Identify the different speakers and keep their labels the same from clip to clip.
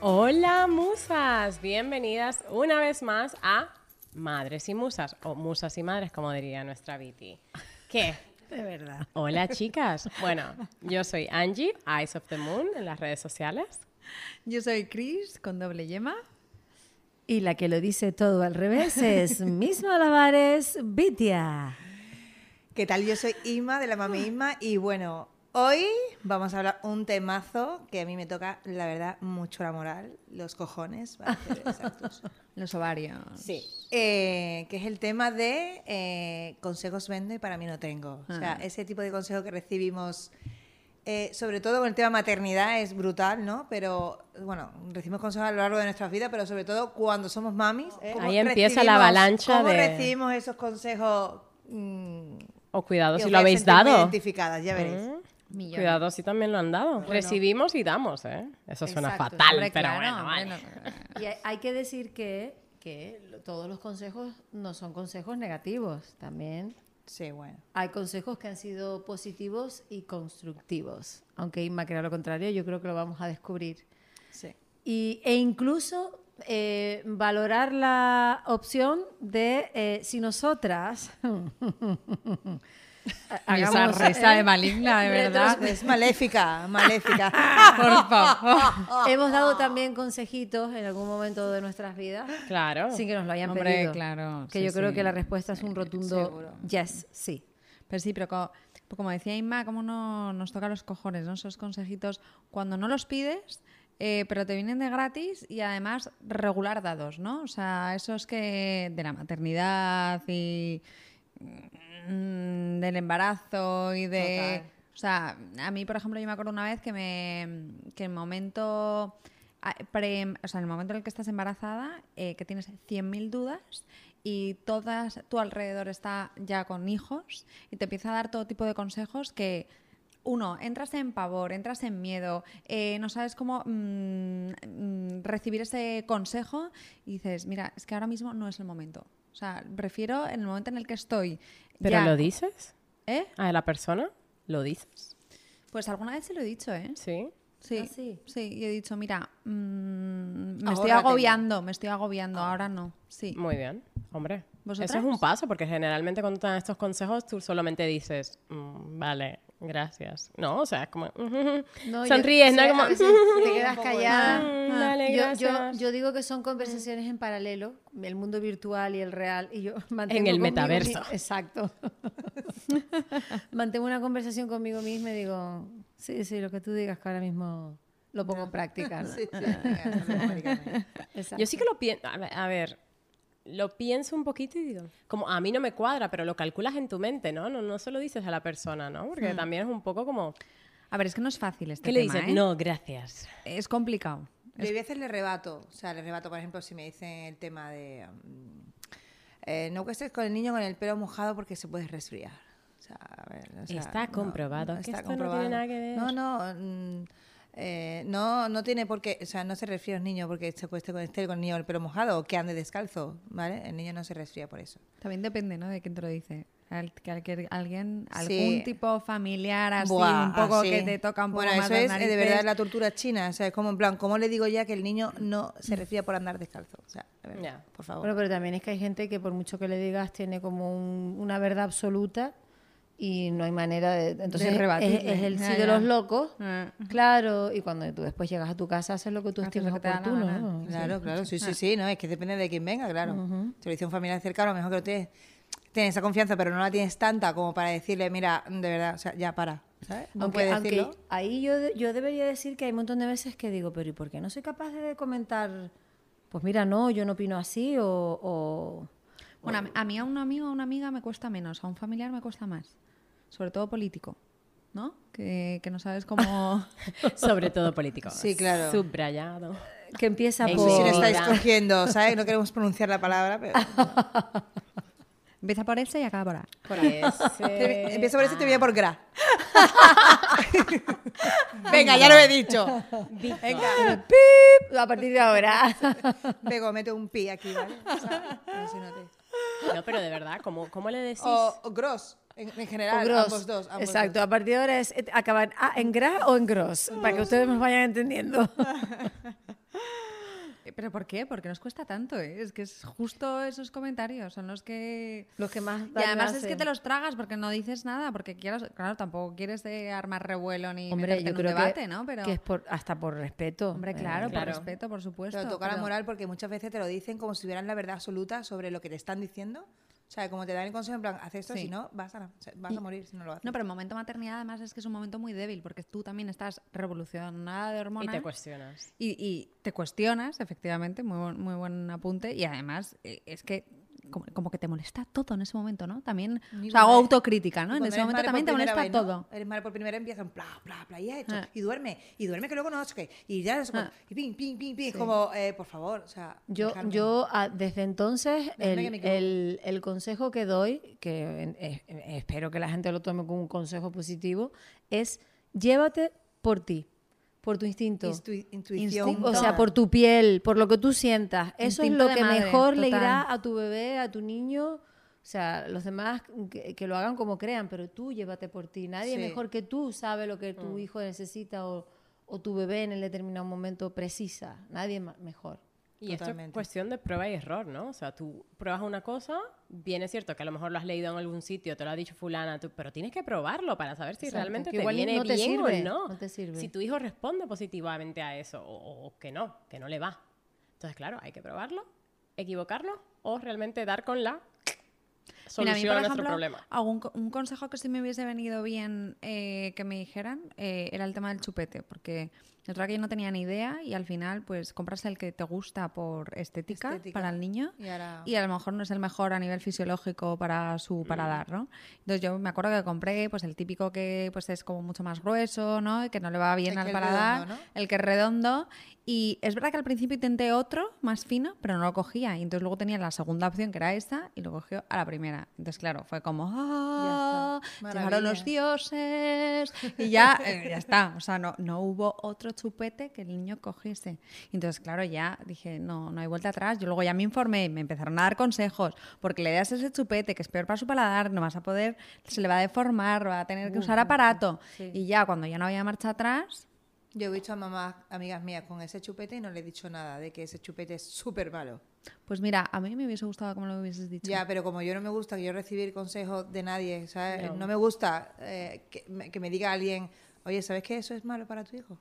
Speaker 1: Hola musas, bienvenidas una vez más a Madres y Musas, o Musas y Madres como diría nuestra Viti. ¿Qué?
Speaker 2: De verdad.
Speaker 1: Hola chicas. Bueno, yo soy Angie, Eyes of the Moon en las redes sociales.
Speaker 2: Yo soy Chris con doble yema.
Speaker 3: Y la que lo dice todo al revés es Misma Lavares Vitia.
Speaker 4: ¿Qué tal? Yo soy Ima de la Mami Ima y bueno, hoy vamos a hablar un temazo que a mí me toca, la verdad, mucho la moral, los cojones, para ser exactos.
Speaker 2: Los ovarios.
Speaker 1: Sí.
Speaker 4: Eh, que es el tema de eh, consejos vendo y para mí no tengo. O
Speaker 1: Ah.
Speaker 4: sea, ese tipo de consejo que recibimos, eh, sobre todo con el tema maternidad, es brutal, ¿no? Pero bueno, recibimos consejos a lo largo de nuestras vidas, pero sobre todo cuando somos mamis. ¿eh? ¿Cómo
Speaker 1: Ahí empieza la
Speaker 4: recibimos-
Speaker 1: avalancha
Speaker 4: ¿Cómo
Speaker 1: de-
Speaker 4: recibimos esos consejos? mm,
Speaker 1: O cuidado
Speaker 4: que
Speaker 1: si
Speaker 4: os
Speaker 1: lo
Speaker 4: vais a
Speaker 1: habéis
Speaker 4: sentir muy
Speaker 1: dado. Ah.
Speaker 4: Identificadas, ya veréis.
Speaker 2: Millones.
Speaker 1: Cuidado si también lo han dado. Recibimos y damos, ¿eh? Eso suena
Speaker 2: Exacto,
Speaker 1: fatal,
Speaker 2: hombre,
Speaker 1: pero
Speaker 2: claro,
Speaker 1: bueno,
Speaker 2: hombre,
Speaker 1: vale.
Speaker 2: no.
Speaker 3: Y hay, hay que decir que, que lo- todos los consejos no son consejos negativos. También
Speaker 4: Sí, bueno.
Speaker 3: hay consejos que han sido positivos y constructivos. Aunque Inma crea lo contrario, yo creo que lo vamos a descubrir.
Speaker 4: Sí.
Speaker 3: Y, e incluso eh, valorar la opción de eh, si nosotras
Speaker 2: Esa
Speaker 3: hagamos,
Speaker 2: risa
Speaker 3: eh,
Speaker 2: de maligna, de verdad.
Speaker 4: Es maléfica, maléfica.
Speaker 2: Por favor.
Speaker 3: hemos dado también consejitos en algún momento de nuestras vidas
Speaker 1: Claro.
Speaker 3: sin que nos lo hayan
Speaker 2: Hombre,
Speaker 3: pedido.
Speaker 2: claro,
Speaker 3: Que
Speaker 2: sí,
Speaker 3: yo creo
Speaker 2: sí.
Speaker 3: que la respuesta es un rotundo
Speaker 2: seguro.
Speaker 3: yes, sí.
Speaker 2: Pero sí, pero co- pues como decía Inma, como no nos toca los cojones, ¿no? Esos consejitos cuando no los pides, eh, pero te vienen de gratis y además regular dados, ¿no? O sea, esos que de la maternidad y mm, del embarazo y de...
Speaker 4: Total.
Speaker 2: O sea, a mí, por ejemplo, yo me acuerdo una vez que me que el momento ah, pre- o sea, en el momento en el que estás embarazada, eh, que tienes 100.000 dudas y todas tu alrededor está ya con hijos y te empieza a dar todo tipo de consejos que uno, entras en pavor, entras en miedo, eh, no sabes cómo mm, mm, recibir ese consejo y dices, mira, es que ahora mismo no es el momento. O sea, prefiero en el momento en el que estoy.
Speaker 1: ¿Pero
Speaker 2: ya-
Speaker 1: lo dices?
Speaker 2: ¿Eh?
Speaker 1: ¿A la persona? ¿Lo dices?
Speaker 2: Pues alguna vez se lo he dicho, ¿eh?
Speaker 1: Sí.
Speaker 2: Sí,
Speaker 3: Ah, sí.
Speaker 2: y he dicho, mira, mm, me estoy
Speaker 4: Ahórratelo.
Speaker 2: agobiando, me estoy agobiando,
Speaker 4: Ah.
Speaker 2: ahora no. Sí.
Speaker 1: Muy bien, hombre. Eso
Speaker 2: ¿Vosotras?
Speaker 1: es un paso, porque generalmente cuando te dan estos consejos, tú solamente dices, "Mm, vale, gracias. No, o sea, es como,
Speaker 3: No, yo-
Speaker 1: sonríes, ¿no?
Speaker 3: sí,
Speaker 1: Como,
Speaker 3: a veces te quedas callada.
Speaker 1: "Mm, vale,
Speaker 3: "Ah, Yo, yo,
Speaker 1: gracias".
Speaker 3: yo digo que son conversaciones en paralelo, el mundo virtual y el real, y yo mantengo
Speaker 1: el
Speaker 3: conmigo
Speaker 1: metaverso.
Speaker 3: mi- exacto. mantengo una conversación conmigo misma y digo, sí, sí, lo que tú digas que ahora mismo lo pongo en práctica. ¿no?".
Speaker 4: Sí, sí, venga, automáticamente.
Speaker 3: Exacto.
Speaker 1: Yo sí que lo pienso, a ver, a ver, lo pienso un poquito y digo, como a mí no me cuadra, pero lo calculas en tu mente, ¿no? No, no se lo dices a la persona, ¿no?
Speaker 4: Mm.
Speaker 1: Porque también es un poco como,
Speaker 2: A ver, es que no es fácil este
Speaker 1: ¿qué le
Speaker 2: tema,
Speaker 1: dices?
Speaker 2: ¿eh?
Speaker 1: No, gracias.
Speaker 2: Es complicado.
Speaker 4: Yo hay veces le rebato, o sea, le rebato, por ejemplo, si me dicen el tema de mm, eh, no que estés con el niño con el pelo mojado porque se puede resfriar. O sea, a ver, o sea,
Speaker 1: Está comprobado que esto no tiene nada que ver.
Speaker 4: No, no, mm, eh, no, no tiene por qué, o sea, no se resfría el niño porque se cueste con esté con el niño con el pelo mojado o que ande descalzo, ¿vale? El niño no se resfría por eso.
Speaker 2: También depende, ¿no? De quién te lo dice. Al- que al- que alguien,
Speaker 4: Sí.
Speaker 2: algún tipo familiar así,
Speaker 4: Buah,
Speaker 2: un poco
Speaker 4: así.
Speaker 2: que te toca un poco
Speaker 4: Bueno,
Speaker 2: más
Speaker 4: eso
Speaker 2: las
Speaker 4: es eh, de
Speaker 2: narices.
Speaker 4: verdad la tortura china. O sea, es como en plan, ¿cómo le digo ya que el niño no
Speaker 2: Mm.
Speaker 4: se resfría por andar descalzo? O sea, a ver,
Speaker 1: Ya.
Speaker 4: por
Speaker 2: Oh.
Speaker 4: favor.
Speaker 3: Bueno, pero también es que hay gente que por mucho que le digas tiene como un- una verdad absoluta y no hay manera de... Entonces es- es,
Speaker 2: rebatirle.
Speaker 3: el sí
Speaker 2: Ya,
Speaker 3: de
Speaker 2: ya.
Speaker 3: los locos,
Speaker 2: Ah.
Speaker 3: claro, y cuando tú después llegas a tu casa haces lo que tú
Speaker 2: Haces lo
Speaker 3: estimas
Speaker 2: que te da la
Speaker 3: oportuno.
Speaker 2: gana.
Speaker 3: ¿no?
Speaker 4: Claro, claro, sí,
Speaker 2: Ah.
Speaker 4: sí, sí, no, es que depende de quién venga, claro. Te lo dice un familiar cercano, a lo mejor que lo tienes, tienes esa confianza, pero no la tienes tanta como para decirle, mira, de verdad, o sea, ya para, ¿sabes? No
Speaker 3: Aunque,
Speaker 4: puede
Speaker 3: aunque
Speaker 4: decirlo.
Speaker 3: ahí yo, de- yo debería decir que hay un montón de veces que digo, pero ¿y por qué no soy capaz de comentar? Pues mira, no, yo no opino así o... o-
Speaker 2: Bueno, a mí- a mí a un amigo o a una amiga me cuesta menos, a un familiar me cuesta más. Sobre todo político, ¿no? Que, que no sabes cómo...
Speaker 1: Sobre todo político.
Speaker 4: Sí, claro.
Speaker 1: Subrayado.
Speaker 2: Eh,
Speaker 3: que empieza
Speaker 1: Ey,
Speaker 3: por...
Speaker 4: No sé si lo
Speaker 1: por-
Speaker 4: estáis cogiendo, ¿sabes? No queremos pronunciar la palabra, pero
Speaker 2: Empieza por ese y acaba por A.
Speaker 1: Por ese-
Speaker 4: Te- empiezo por eso y te voy a por gra. Venga, ya lo he dicho. Venga,
Speaker 3: A partir de ahora.
Speaker 4: Vengo, mete un pi aquí, ¿vale? O sea, no se note.
Speaker 1: No, pero de verdad, ¿cómo, cómo le decís?
Speaker 4: O, o gross, en, en general,
Speaker 3: O gross.
Speaker 4: ambos dos. ambos
Speaker 3: Exacto,
Speaker 4: dos.
Speaker 3: a partir de ahora es eh, acabar ah, en gra o en gross, para que ustedes nos vayan entendiendo.
Speaker 2: ¿Pero por qué? Porque nos cuesta tanto, ¿eh? Es que es justo esos comentarios, son los que...
Speaker 3: Los que más
Speaker 2: Y
Speaker 3: daño
Speaker 2: además es
Speaker 3: hacen.
Speaker 2: que te los tragas porque no dices nada, porque quieras, claro, tampoco quieres eh, armar revuelo ni
Speaker 3: Hombre,
Speaker 2: meterte
Speaker 3: yo
Speaker 2: en
Speaker 3: creo
Speaker 2: un debate,
Speaker 3: que,
Speaker 2: ¿no? Pero,
Speaker 3: que es por, hasta por respeto.
Speaker 2: hombre,
Speaker 3: eh,
Speaker 2: claro,
Speaker 1: claro.
Speaker 2: por respeto, por supuesto.
Speaker 4: Pero toca la
Speaker 2: pero-
Speaker 4: moral porque muchas veces te lo dicen como si tuvieran la verdad absoluta sobre lo que te están diciendo. O sea, como te dan el consejo en plan, haz esto,
Speaker 2: Sí.
Speaker 4: si no, vas a, la- o sea, vas a morir si no lo haces.
Speaker 2: No, pero el momento maternidad además es que es un momento muy débil porque tú también estás revolucionada de
Speaker 1: Y
Speaker 2: hormonas.
Speaker 1: te cuestionas.
Speaker 2: Y, y te cuestionas, efectivamente, muy buen, muy buen apunte. Y además, eh, es que como, como que te molesta todo en ese momento, ¿no? También,
Speaker 4: Ni
Speaker 2: o sea, hago
Speaker 4: cuando-
Speaker 2: autocrítica, ¿no?
Speaker 4: cuando
Speaker 2: En ese
Speaker 4: eres
Speaker 2: momento
Speaker 4: madre
Speaker 2: también te
Speaker 4: por primera
Speaker 2: molesta
Speaker 4: vez, ¿no?
Speaker 2: todo.
Speaker 4: Eres madre por primera vez, empiezan, bla, bla, bla, y ya hecho.
Speaker 2: Ah.
Speaker 4: Y duerme, y duerme que luego no, sé qué, y ya no sé
Speaker 2: Ah.
Speaker 4: cuánto, y pim, pim, pim, pim. Es como, eh, por favor, o sea.
Speaker 3: Yo,
Speaker 4: dejarme.
Speaker 3: yo ah, desde entonces,
Speaker 4: Déjame que
Speaker 3: el,
Speaker 4: me equivoque.
Speaker 3: el- el consejo que doy, que en- eh, eh, espero que la gente lo tome como un consejo positivo, es llévate por ti, por tu instinto.
Speaker 4: Instui- intuición.
Speaker 2: Instinto.
Speaker 3: o sea,
Speaker 4: total.
Speaker 3: por tu piel, por lo que tú sientas. Eso
Speaker 2: Instinto
Speaker 3: es lo
Speaker 2: de
Speaker 3: que
Speaker 2: madre,
Speaker 3: mejor le
Speaker 2: total.
Speaker 3: irá a tu bebé, a tu niño. O sea, los demás que, que lo hagan como crean, pero tú llévate por ti. Nadie
Speaker 4: Sí.
Speaker 3: mejor que tú sabe lo que tu
Speaker 2: Mm.
Speaker 3: hijo necesita o, o tu bebé en el determinado momento precisa. Nadie ma- mejor.
Speaker 1: Y esto
Speaker 4: Totalmente.
Speaker 1: es cuestión de prueba y error, ¿no? O sea, tú pruebas una cosa, bien es cierto que a lo mejor lo has leído en algún sitio, te lo ha dicho fulana, tú- pero tienes que probarlo para saber si
Speaker 3: Exacto,
Speaker 1: realmente
Speaker 3: que
Speaker 1: te
Speaker 3: igual
Speaker 1: viene
Speaker 3: no te
Speaker 1: bien
Speaker 3: sirve,
Speaker 1: o no.
Speaker 3: no te sirve.
Speaker 1: Si tu hijo responde positivamente a eso o, o- o que no, que no le va. Entonces, claro, hay que probarlo, equivocarlo o realmente dar con la solución
Speaker 2: Mira, a mí, por
Speaker 1: a nuestro
Speaker 2: ejemplo,
Speaker 1: problema.
Speaker 2: algún co- un consejo que sí me hubiese venido bien eh, que me dijeran eh, era el tema del chupete, porque la verdad que yo no tenía ni idea y al final, pues, compras el que te gusta por estética,
Speaker 4: Estética.
Speaker 2: para el niño.
Speaker 4: Y ahora-
Speaker 2: y a lo mejor no es el mejor a nivel fisiológico para su paladar, ¿no? Entonces yo me acuerdo que compré pues el típico que pues es como mucho más grueso, ¿no? Y que no le va bien
Speaker 4: El
Speaker 2: al
Speaker 4: que es
Speaker 2: paladar,
Speaker 4: redondo, ¿no?
Speaker 2: el que es redondo y es verdad que al principio intenté otro más fino, pero no lo cogía y entonces luego tenía la segunda opción que era esta y lo cogió a la primera. Entonces claro, fue como ah,
Speaker 4: está.
Speaker 2: llegaron los
Speaker 4: Maravilla.
Speaker 2: dioses y ya eh, ya está, o sea, no no hubo otro chupete que el niño cogiese. Entonces claro, ya dije, no no hay vuelta atrás. Yo luego ya me informé, me empezaron a dar consejos, porque le das ese chupete que es peor para su paladar, no vas a poder, se le va a deformar, va a tener que usar aparato. Y ya cuando ya no había marcha atrás,
Speaker 4: Yo he visto a mamás, amigas mías, con ese chupete y no le he dicho nada de que ese chupete es súper malo.
Speaker 2: Pues mira, a mí me hubiese gustado como lo hubieses dicho.
Speaker 4: Ya, pero como yo no me gusta que yo recibir consejos de nadie, ¿sabes?
Speaker 1: No.
Speaker 4: No, me gusta eh, que, me, que me diga alguien, oye, ¿sabes qué? Eso es malo para tu hijo.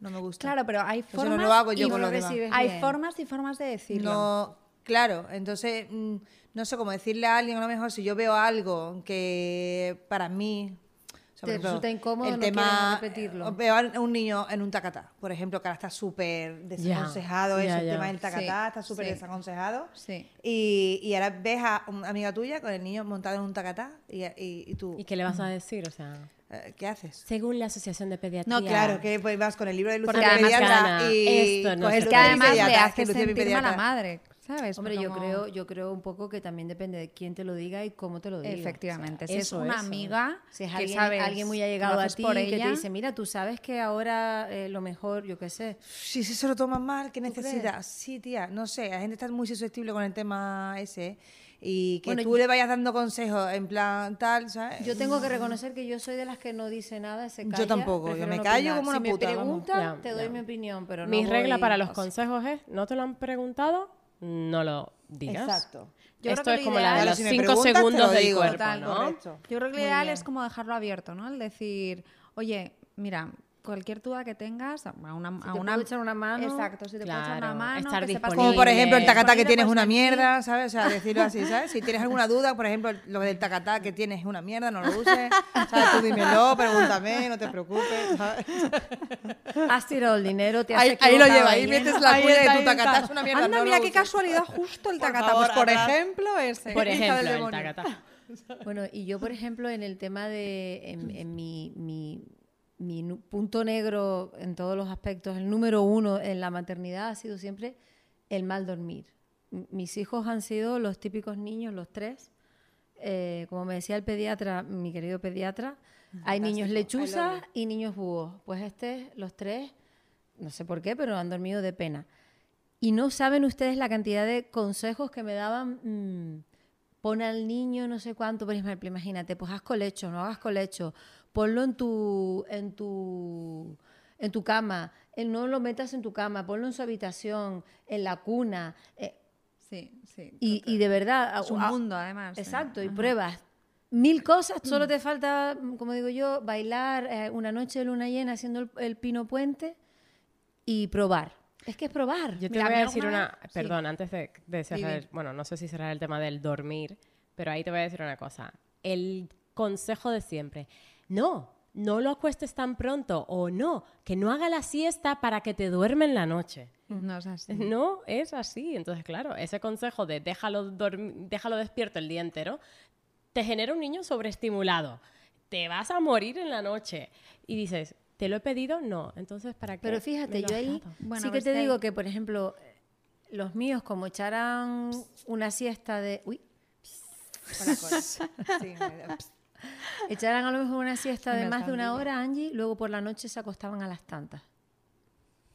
Speaker 4: No me gusta.
Speaker 2: Claro, pero hay
Speaker 4: Eso no
Speaker 2: formas.
Speaker 4: lo hago yo
Speaker 2: y
Speaker 4: con los demás.
Speaker 2: Hay
Speaker 3: bien.
Speaker 2: formas y formas de decirlo.
Speaker 4: No, claro, entonces, mm, no sé, cómo decirle a alguien, a lo mejor, si yo veo algo que para mí... o sea, por
Speaker 3: Te
Speaker 4: ejemplo,
Speaker 3: resulta incómodo, no quieres repetirlo.
Speaker 4: eh, Veo a un niño en un tacatá, por ejemplo, que ahora está súper desaconsejado
Speaker 1: Ya,
Speaker 4: eso, el
Speaker 1: ya.
Speaker 4: tema del tacatá,
Speaker 2: Sí,
Speaker 4: está súper
Speaker 2: sí.
Speaker 4: desaconsejado.
Speaker 2: Sí.
Speaker 4: Y, y ahora ves a una amiga tuya con el niño montado en un tacatá y, y- y tú,
Speaker 1: ¿Y qué le vas a decir? O sea,
Speaker 4: eh, ¿qué haces?
Speaker 1: según la Asociación de Pediatría.
Speaker 4: No, claro, que pues, vas con el libro de Lucía
Speaker 1: Porque además
Speaker 4: Pediatra
Speaker 1: gana.
Speaker 4: y
Speaker 1: Esto no
Speaker 4: coges
Speaker 1: se Lo
Speaker 2: Es que
Speaker 1: que
Speaker 4: Lucía
Speaker 1: dice
Speaker 2: además le
Speaker 4: Pediatra,
Speaker 2: hace
Speaker 4: que Lucía
Speaker 2: sentir mal a
Speaker 4: Pediatra.
Speaker 2: la madre, ¿sabes?
Speaker 3: Hombre, yo
Speaker 2: Como-
Speaker 3: creo, yo creo un poco que también depende de quién te lo diga y cómo te lo diga.
Speaker 2: Efectivamente.
Speaker 1: O sea,
Speaker 2: si
Speaker 1: eso,
Speaker 2: es una
Speaker 1: eso.
Speaker 2: amiga,
Speaker 3: Si es
Speaker 2: que
Speaker 3: alguien,
Speaker 2: sabes
Speaker 3: alguien muy
Speaker 2: que lo
Speaker 3: allegado a
Speaker 2: haces
Speaker 3: ti
Speaker 2: por
Speaker 3: que
Speaker 2: ella,
Speaker 3: te dice, mira, tú sabes que ahora eh, lo mejor, yo qué sé,
Speaker 4: Si se se lo toman mal, ¿qué
Speaker 3: crees?
Speaker 4: necesitas? Sí, tía, no sé, la gente está muy susceptible con el tema ese y que
Speaker 3: Bueno,
Speaker 4: tú
Speaker 3: yo-
Speaker 4: le vayas dando consejos en plan tal, ¿sabes?
Speaker 3: Yo tengo que reconocer que yo soy de las que no dice nada, se
Speaker 4: Yo
Speaker 3: calla.
Speaker 4: tampoco, yo
Speaker 3: prefiero
Speaker 4: me
Speaker 3: no
Speaker 4: callo
Speaker 3: opinar.
Speaker 4: como una
Speaker 3: si
Speaker 4: puta,
Speaker 3: me
Speaker 4: vamos.
Speaker 3: preguntan,
Speaker 1: Ya,
Speaker 3: te
Speaker 1: ya.
Speaker 3: doy mi opinión, pero no
Speaker 1: Mi
Speaker 3: voy-
Speaker 1: regla para los
Speaker 3: o sea,
Speaker 1: consejos es, no te lo han preguntado, no lo digas.
Speaker 4: Exacto.
Speaker 2: Yo creo
Speaker 1: Esto
Speaker 2: que
Speaker 1: es
Speaker 2: lo
Speaker 1: como la
Speaker 2: ideal-
Speaker 1: de
Speaker 4: Claro,
Speaker 1: los
Speaker 4: si me
Speaker 1: cinco
Speaker 4: preguntas, te lo
Speaker 1: segundos del
Speaker 4: digo.
Speaker 1: cuerpo,
Speaker 4: Total,
Speaker 1: ¿no?
Speaker 4: correcto.
Speaker 2: Yo creo que lo ideal es como dejarlo abierto, ¿no? El decir, oye, mira, cualquier duda que tengas, a una, a
Speaker 3: te
Speaker 2: una-
Speaker 3: puedo echar una mano.
Speaker 2: Exacto, si te puedo echar una
Speaker 1: Claro,
Speaker 2: mano,
Speaker 1: estar
Speaker 2: que sepas que-
Speaker 4: Como por ejemplo el
Speaker 1: Disponible,
Speaker 4: tacatá que
Speaker 2: disponible,
Speaker 4: tienes
Speaker 2: pues,
Speaker 4: una
Speaker 2: aquí.
Speaker 4: mierda, ¿sabes? O sea, decirlo así, ¿sabes? Si tienes alguna duda, por ejemplo, lo del tacatá que tienes es una mierda, no lo uses. ¿Sabes? Tú dímelo, pregúntame, no te preocupes, ¿sabes?
Speaker 3: Has tirado el dinero, te has
Speaker 4: Ahí, ahí lo
Speaker 3: equivocado
Speaker 4: lleva, ahí
Speaker 3: ahí, ¿eh?
Speaker 4: metes
Speaker 3: ¿no?
Speaker 4: la
Speaker 2: Ahí
Speaker 4: cuña de
Speaker 2: está, ahí
Speaker 4: tu
Speaker 2: está.
Speaker 4: tacatá, es una mierda.
Speaker 2: Anda,
Speaker 4: no
Speaker 2: mira
Speaker 4: lo
Speaker 2: qué
Speaker 4: uses.
Speaker 2: casualidad, justo el
Speaker 4: Por
Speaker 2: tacatá.
Speaker 4: favor,
Speaker 2: pues por
Speaker 4: atrás.
Speaker 2: ejemplo ese.
Speaker 1: Por
Speaker 2: hija del
Speaker 1: ejemplo, el
Speaker 2: demonio.
Speaker 1: tacatá.
Speaker 3: Bueno, y yo, por ejemplo, en el tema de en, en mi, mi- mi nu- punto negro en todos los aspectos, el número uno en la maternidad ha sido siempre el mal dormir. M- Mis hijos han sido los típicos niños, los tres. Eh, como me decía el pediatra, mi querido pediatra, hay niños lechuzas y niños búhos. Pues este, los tres, no sé por qué, pero han dormido de pena. Y no saben ustedes la cantidad de consejos que me daban. mm, pon al niño no sé cuánto, por ejemplo, imagínate, pues haz colecho, no hagas colecho, ponlo en tu, en tu en tu cama, el no lo metas en tu cama, ponlo en su habitación, en la cuna. eh,
Speaker 2: Sí, sí.
Speaker 3: y, y de verdad.
Speaker 2: Es un
Speaker 3: a- a-
Speaker 2: mundo, además. ¿eh?
Speaker 3: Exacto, y
Speaker 2: Ajá.
Speaker 3: pruebas mil cosas, solo te falta, como digo yo, bailar eh, una noche de luna llena haciendo el, el pino puente y probar. Es que es probar.
Speaker 1: Yo te
Speaker 2: Mira, a
Speaker 1: voy
Speaker 2: mí
Speaker 1: a decir
Speaker 2: alguna
Speaker 1: una,
Speaker 2: vez- sí.
Speaker 1: perdón, antes de, de cerrar,
Speaker 2: Dime.
Speaker 1: el- bueno, no sé si cerrar el tema del dormir, pero ahí te voy a decir una cosa. El consejo de siempre, no, no lo acuestes tan pronto o no, que no haga la siesta para que te duerme en la noche.
Speaker 2: No es así.
Speaker 1: No es así. Entonces, claro, ese consejo de déjalo, dormi- déjalo despierto el día entero te genera un niño sobreestimulado. Te vas a morir en la noche. Y dices, ¿te lo he pedido? No. Entonces, ¿para qué?
Speaker 4: Eh,
Speaker 3: Pero
Speaker 1: me
Speaker 3: fíjate,
Speaker 1: lo
Speaker 3: yo ahí
Speaker 1: acabo?
Speaker 2: Bueno,
Speaker 3: sí
Speaker 2: pero
Speaker 3: que
Speaker 2: es
Speaker 3: te
Speaker 2: que
Speaker 3: digo
Speaker 2: hay-
Speaker 3: que, por ejemplo, eh, los míos, como echaran una siesta de. Uy,
Speaker 4: Con la cola. Sí, me-
Speaker 3: echaran a lo mejor una siesta
Speaker 2: Me
Speaker 3: de
Speaker 2: lo
Speaker 3: más de una
Speaker 2: cambio.
Speaker 3: hora, Angie, luego por la noche se acostaban a las tantas.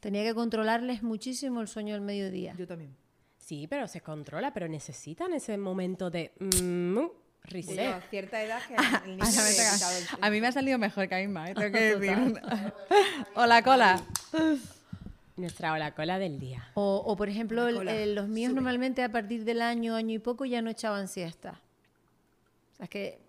Speaker 3: Tenía que controlarles muchísimo el sueño del mediodía.
Speaker 4: yo también.
Speaker 1: Sí, pero se controla, pero necesitan ese momento de mm,
Speaker 4: Sí.
Speaker 1: reset.
Speaker 4: a cierta edad que el niño
Speaker 2: Ah, no me
Speaker 4: se
Speaker 2: toca.
Speaker 4: quitaba el-
Speaker 2: A mí me ha salido mejor que a Inma, ¿eh? tengo que decir. Hola, cola.
Speaker 1: Nuestra ola cola del día.
Speaker 3: O, o, por ejemplo,
Speaker 4: La
Speaker 3: el-
Speaker 4: cola,
Speaker 3: el- los míos
Speaker 4: sube.
Speaker 3: normalmente a partir del año, año y poco ya no echaban siesta. O sea, es que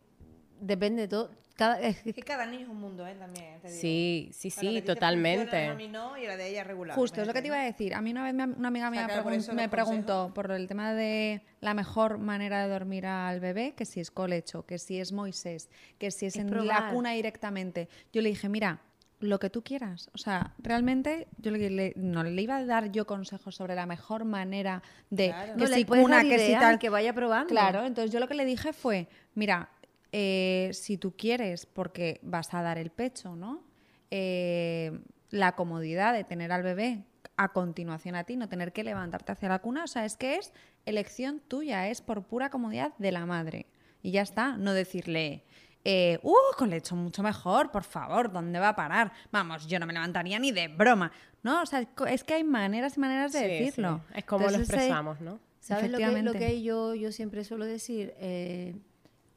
Speaker 3: depende de todo. Cada, es que
Speaker 4: Es que cada niño es un mundo, ¿eh? También. te digo.
Speaker 1: Sí, sí, sí,
Speaker 4: La que a ti te funciona, A mí
Speaker 1: totalmente.
Speaker 4: no, y la de ella es regular.
Speaker 2: Justo, es lo que te
Speaker 4: imagínate,
Speaker 2: iba
Speaker 4: ¿no?
Speaker 2: a decir. A mí una vez me- una amiga mía
Speaker 4: sea, claro, por
Speaker 2: pregun-
Speaker 4: eso los
Speaker 2: me preguntó
Speaker 4: consejos.
Speaker 2: por el tema de la mejor manera de dormir al bebé, que si es colecho, que si es Moisés, que si es,
Speaker 3: Es
Speaker 2: en la
Speaker 3: probar.
Speaker 2: cuna directamente. Yo le dije, mira, lo que tú quieras. O sea, realmente yo le, le- no le iba a dar yo consejos sobre la mejor manera de
Speaker 4: Claro.
Speaker 2: que
Speaker 3: no,
Speaker 2: si
Speaker 3: le puedes
Speaker 2: cuna,
Speaker 3: dar
Speaker 2: que si
Speaker 3: ideas y
Speaker 2: tal,
Speaker 3: que vaya probando.
Speaker 2: Claro, entonces yo lo que le dije fue, mira, eh, si tú quieres, porque vas a dar el pecho, ¿no? Eh, la comodidad de tener al bebé a continuación a ti, no tener que levantarte hacia la cuna, o sea, es que es elección tuya, es por pura comodidad de la madre. Y ya está, no decirle, eh, uh, con lecho mucho mejor, por favor, ¿dónde va a parar? Vamos, yo no me levantaría ni de broma. No, o sea, co- es que hay maneras y maneras de
Speaker 1: Sí, sí.
Speaker 2: decirlo.
Speaker 1: Es como lo
Speaker 2: Entonces, eh,
Speaker 1: expresamos, ¿no?
Speaker 3: ¿Sabes lo que, lo
Speaker 2: Efectivamente.
Speaker 3: que yo, yo siempre suelo decir? Eh,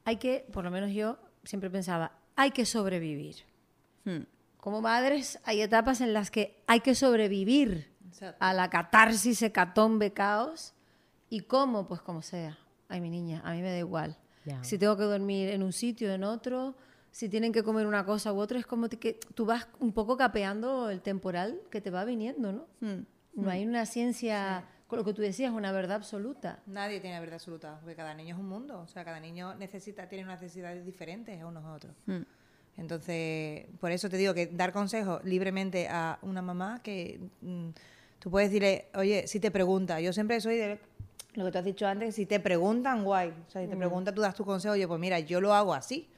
Speaker 3: hay que, por lo menos yo siempre pensaba, hay que sobrevivir.
Speaker 2: hmm.
Speaker 3: Como madres hay etapas en las que hay que sobrevivir
Speaker 4: Exacto.
Speaker 3: a la catarsis, hecatombe, caos. ¿Y cómo? Pues como sea. Ay, mi niña, a mí me da igual.
Speaker 1: Ya.
Speaker 3: Si tengo que dormir en un sitio, en otro, si tienen que comer una cosa u otra, es como que tú vas un poco capeando el temporal que te va viniendo, ¿no?
Speaker 1: Mm.
Speaker 2: Hmm.
Speaker 3: No
Speaker 4: Mm.
Speaker 3: hay una ciencia, con lo que tú decías, una verdad absoluta.
Speaker 4: Nadie tiene la verdad absoluta, porque cada niño es un mundo. O sea, cada niño necesita, tiene unas necesidades diferentes a unos a otros.
Speaker 2: Hmm.
Speaker 4: Entonces, por eso te digo que dar consejos libremente a una mamá que mm, tú puedes decirle, oye, si te pregunta, yo siempre soy de lo que tú has dicho antes, si te preguntan, guay. O sea, si te
Speaker 2: Hmm.
Speaker 4: preguntan, tú das tu consejo, oye, pues mira, yo lo hago así.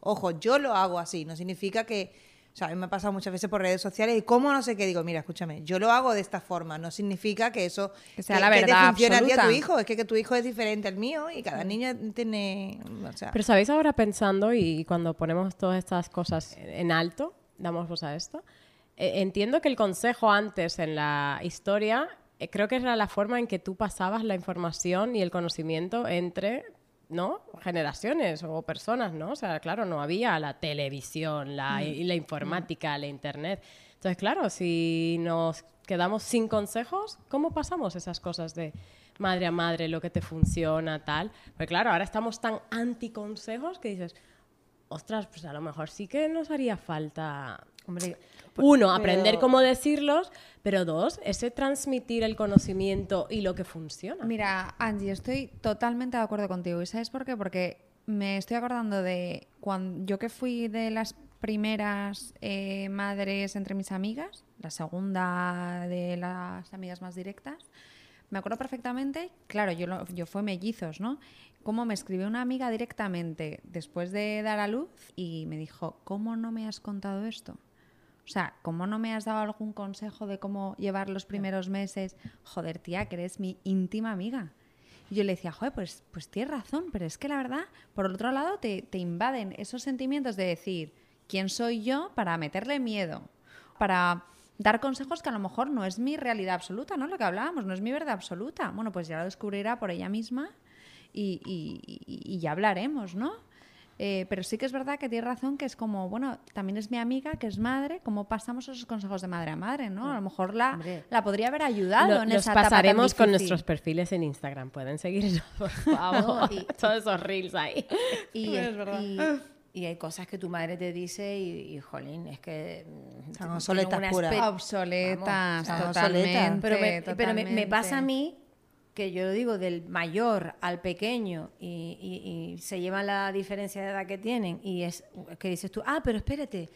Speaker 4: Ojo, yo lo hago así. No significa que, o sea, a mí me ha pasado muchas veces por redes sociales y cómo no sé qué, digo, mira, escúchame, yo lo hago de esta forma. No significa que eso
Speaker 2: Que sea la verdad
Speaker 4: te funcione a ti y a tu
Speaker 2: absoluta.
Speaker 4: hijo. Es que, que tu hijo es diferente al mío y cada niño tiene, o sea,
Speaker 1: Pero sabéis ahora pensando y cuando ponemos todas estas cosas en alto, damos voz a esto, eh, entiendo que el consejo antes en la historia eh, creo que era la forma en que tú pasabas la información y el conocimiento entre ¿no? generaciones o personas, ¿no? O sea, claro, no había la televisión, la, y la informática, la internet. Entonces, claro, si nos quedamos sin consejos, ¿cómo pasamos esas cosas de madre a madre, lo que te funciona, tal? Pues claro, ahora estamos tan anticonsejos que dices, ostras, pues a lo mejor sí que nos haría falta
Speaker 3: Hombre,
Speaker 1: uno, aprender
Speaker 4: pero-
Speaker 1: cómo decirlos, pero dos, ese transmitir el conocimiento y lo que funciona.
Speaker 2: Mira, Angie, estoy totalmente de acuerdo contigo. ¿Y sabes por qué? Porque me estoy acordando de cuando yo que fui de las primeras eh, madres entre mis amigas, la segunda de las amigas más directas, me acuerdo perfectamente, claro, yo, lo- yo fue mellizos, ¿no? Cómo me escribió una amiga directamente después de dar a luz y me dijo, ¿cómo no me has contado esto? O sea, ¿cómo no me has dado algún consejo de cómo llevar los primeros meses? Joder, tía, que eres mi íntima amiga. Y yo le decía, joder, pues, pues tienes razón, pero es que la verdad, por otro lado, te, te invaden esos sentimientos de decir, ¿quién soy yo para meterle miedo? Para dar consejos que a lo mejor no es mi realidad absoluta, ¿no? Lo que hablábamos, no es mi verdad absoluta. Bueno, pues ya lo descubrirá por ella misma y, y- y- y ya hablaremos, ¿no? Eh, pero sí que es verdad que tienes razón que es como, bueno, también es mi amiga que es madre, ¿cómo pasamos esos consejos de madre a madre, no? A lo mejor la,
Speaker 3: Hombre.
Speaker 2: la podría haber ayudado
Speaker 1: Lo-
Speaker 2: en
Speaker 1: los
Speaker 2: esa etapa tan
Speaker 1: pasaremos con
Speaker 2: difícil.
Speaker 1: nuestros perfiles en Instagram. Pueden seguirnos, por favor.
Speaker 3: y-
Speaker 1: Todos esos reels ahí.
Speaker 3: Y,
Speaker 4: Es
Speaker 3: es-
Speaker 4: verdad. Ah.
Speaker 3: y- y hay cosas que tu madre te dice y, y, jolín, es que... mm,
Speaker 4: Están
Speaker 3: tiene
Speaker 4: obsoletas
Speaker 3: un
Speaker 4: puras.
Speaker 3: aspe-
Speaker 2: Obsoletas,
Speaker 3: Vamos, o sea,
Speaker 2: totalmente.
Speaker 4: obsoletas.
Speaker 3: Pero, me, pero me- me,
Speaker 2: totalmente.
Speaker 3: pasa a mí que yo digo del mayor al pequeño y, y- y se lleva la diferencia de edad que tienen y es que dices tú, ah, pero espérate,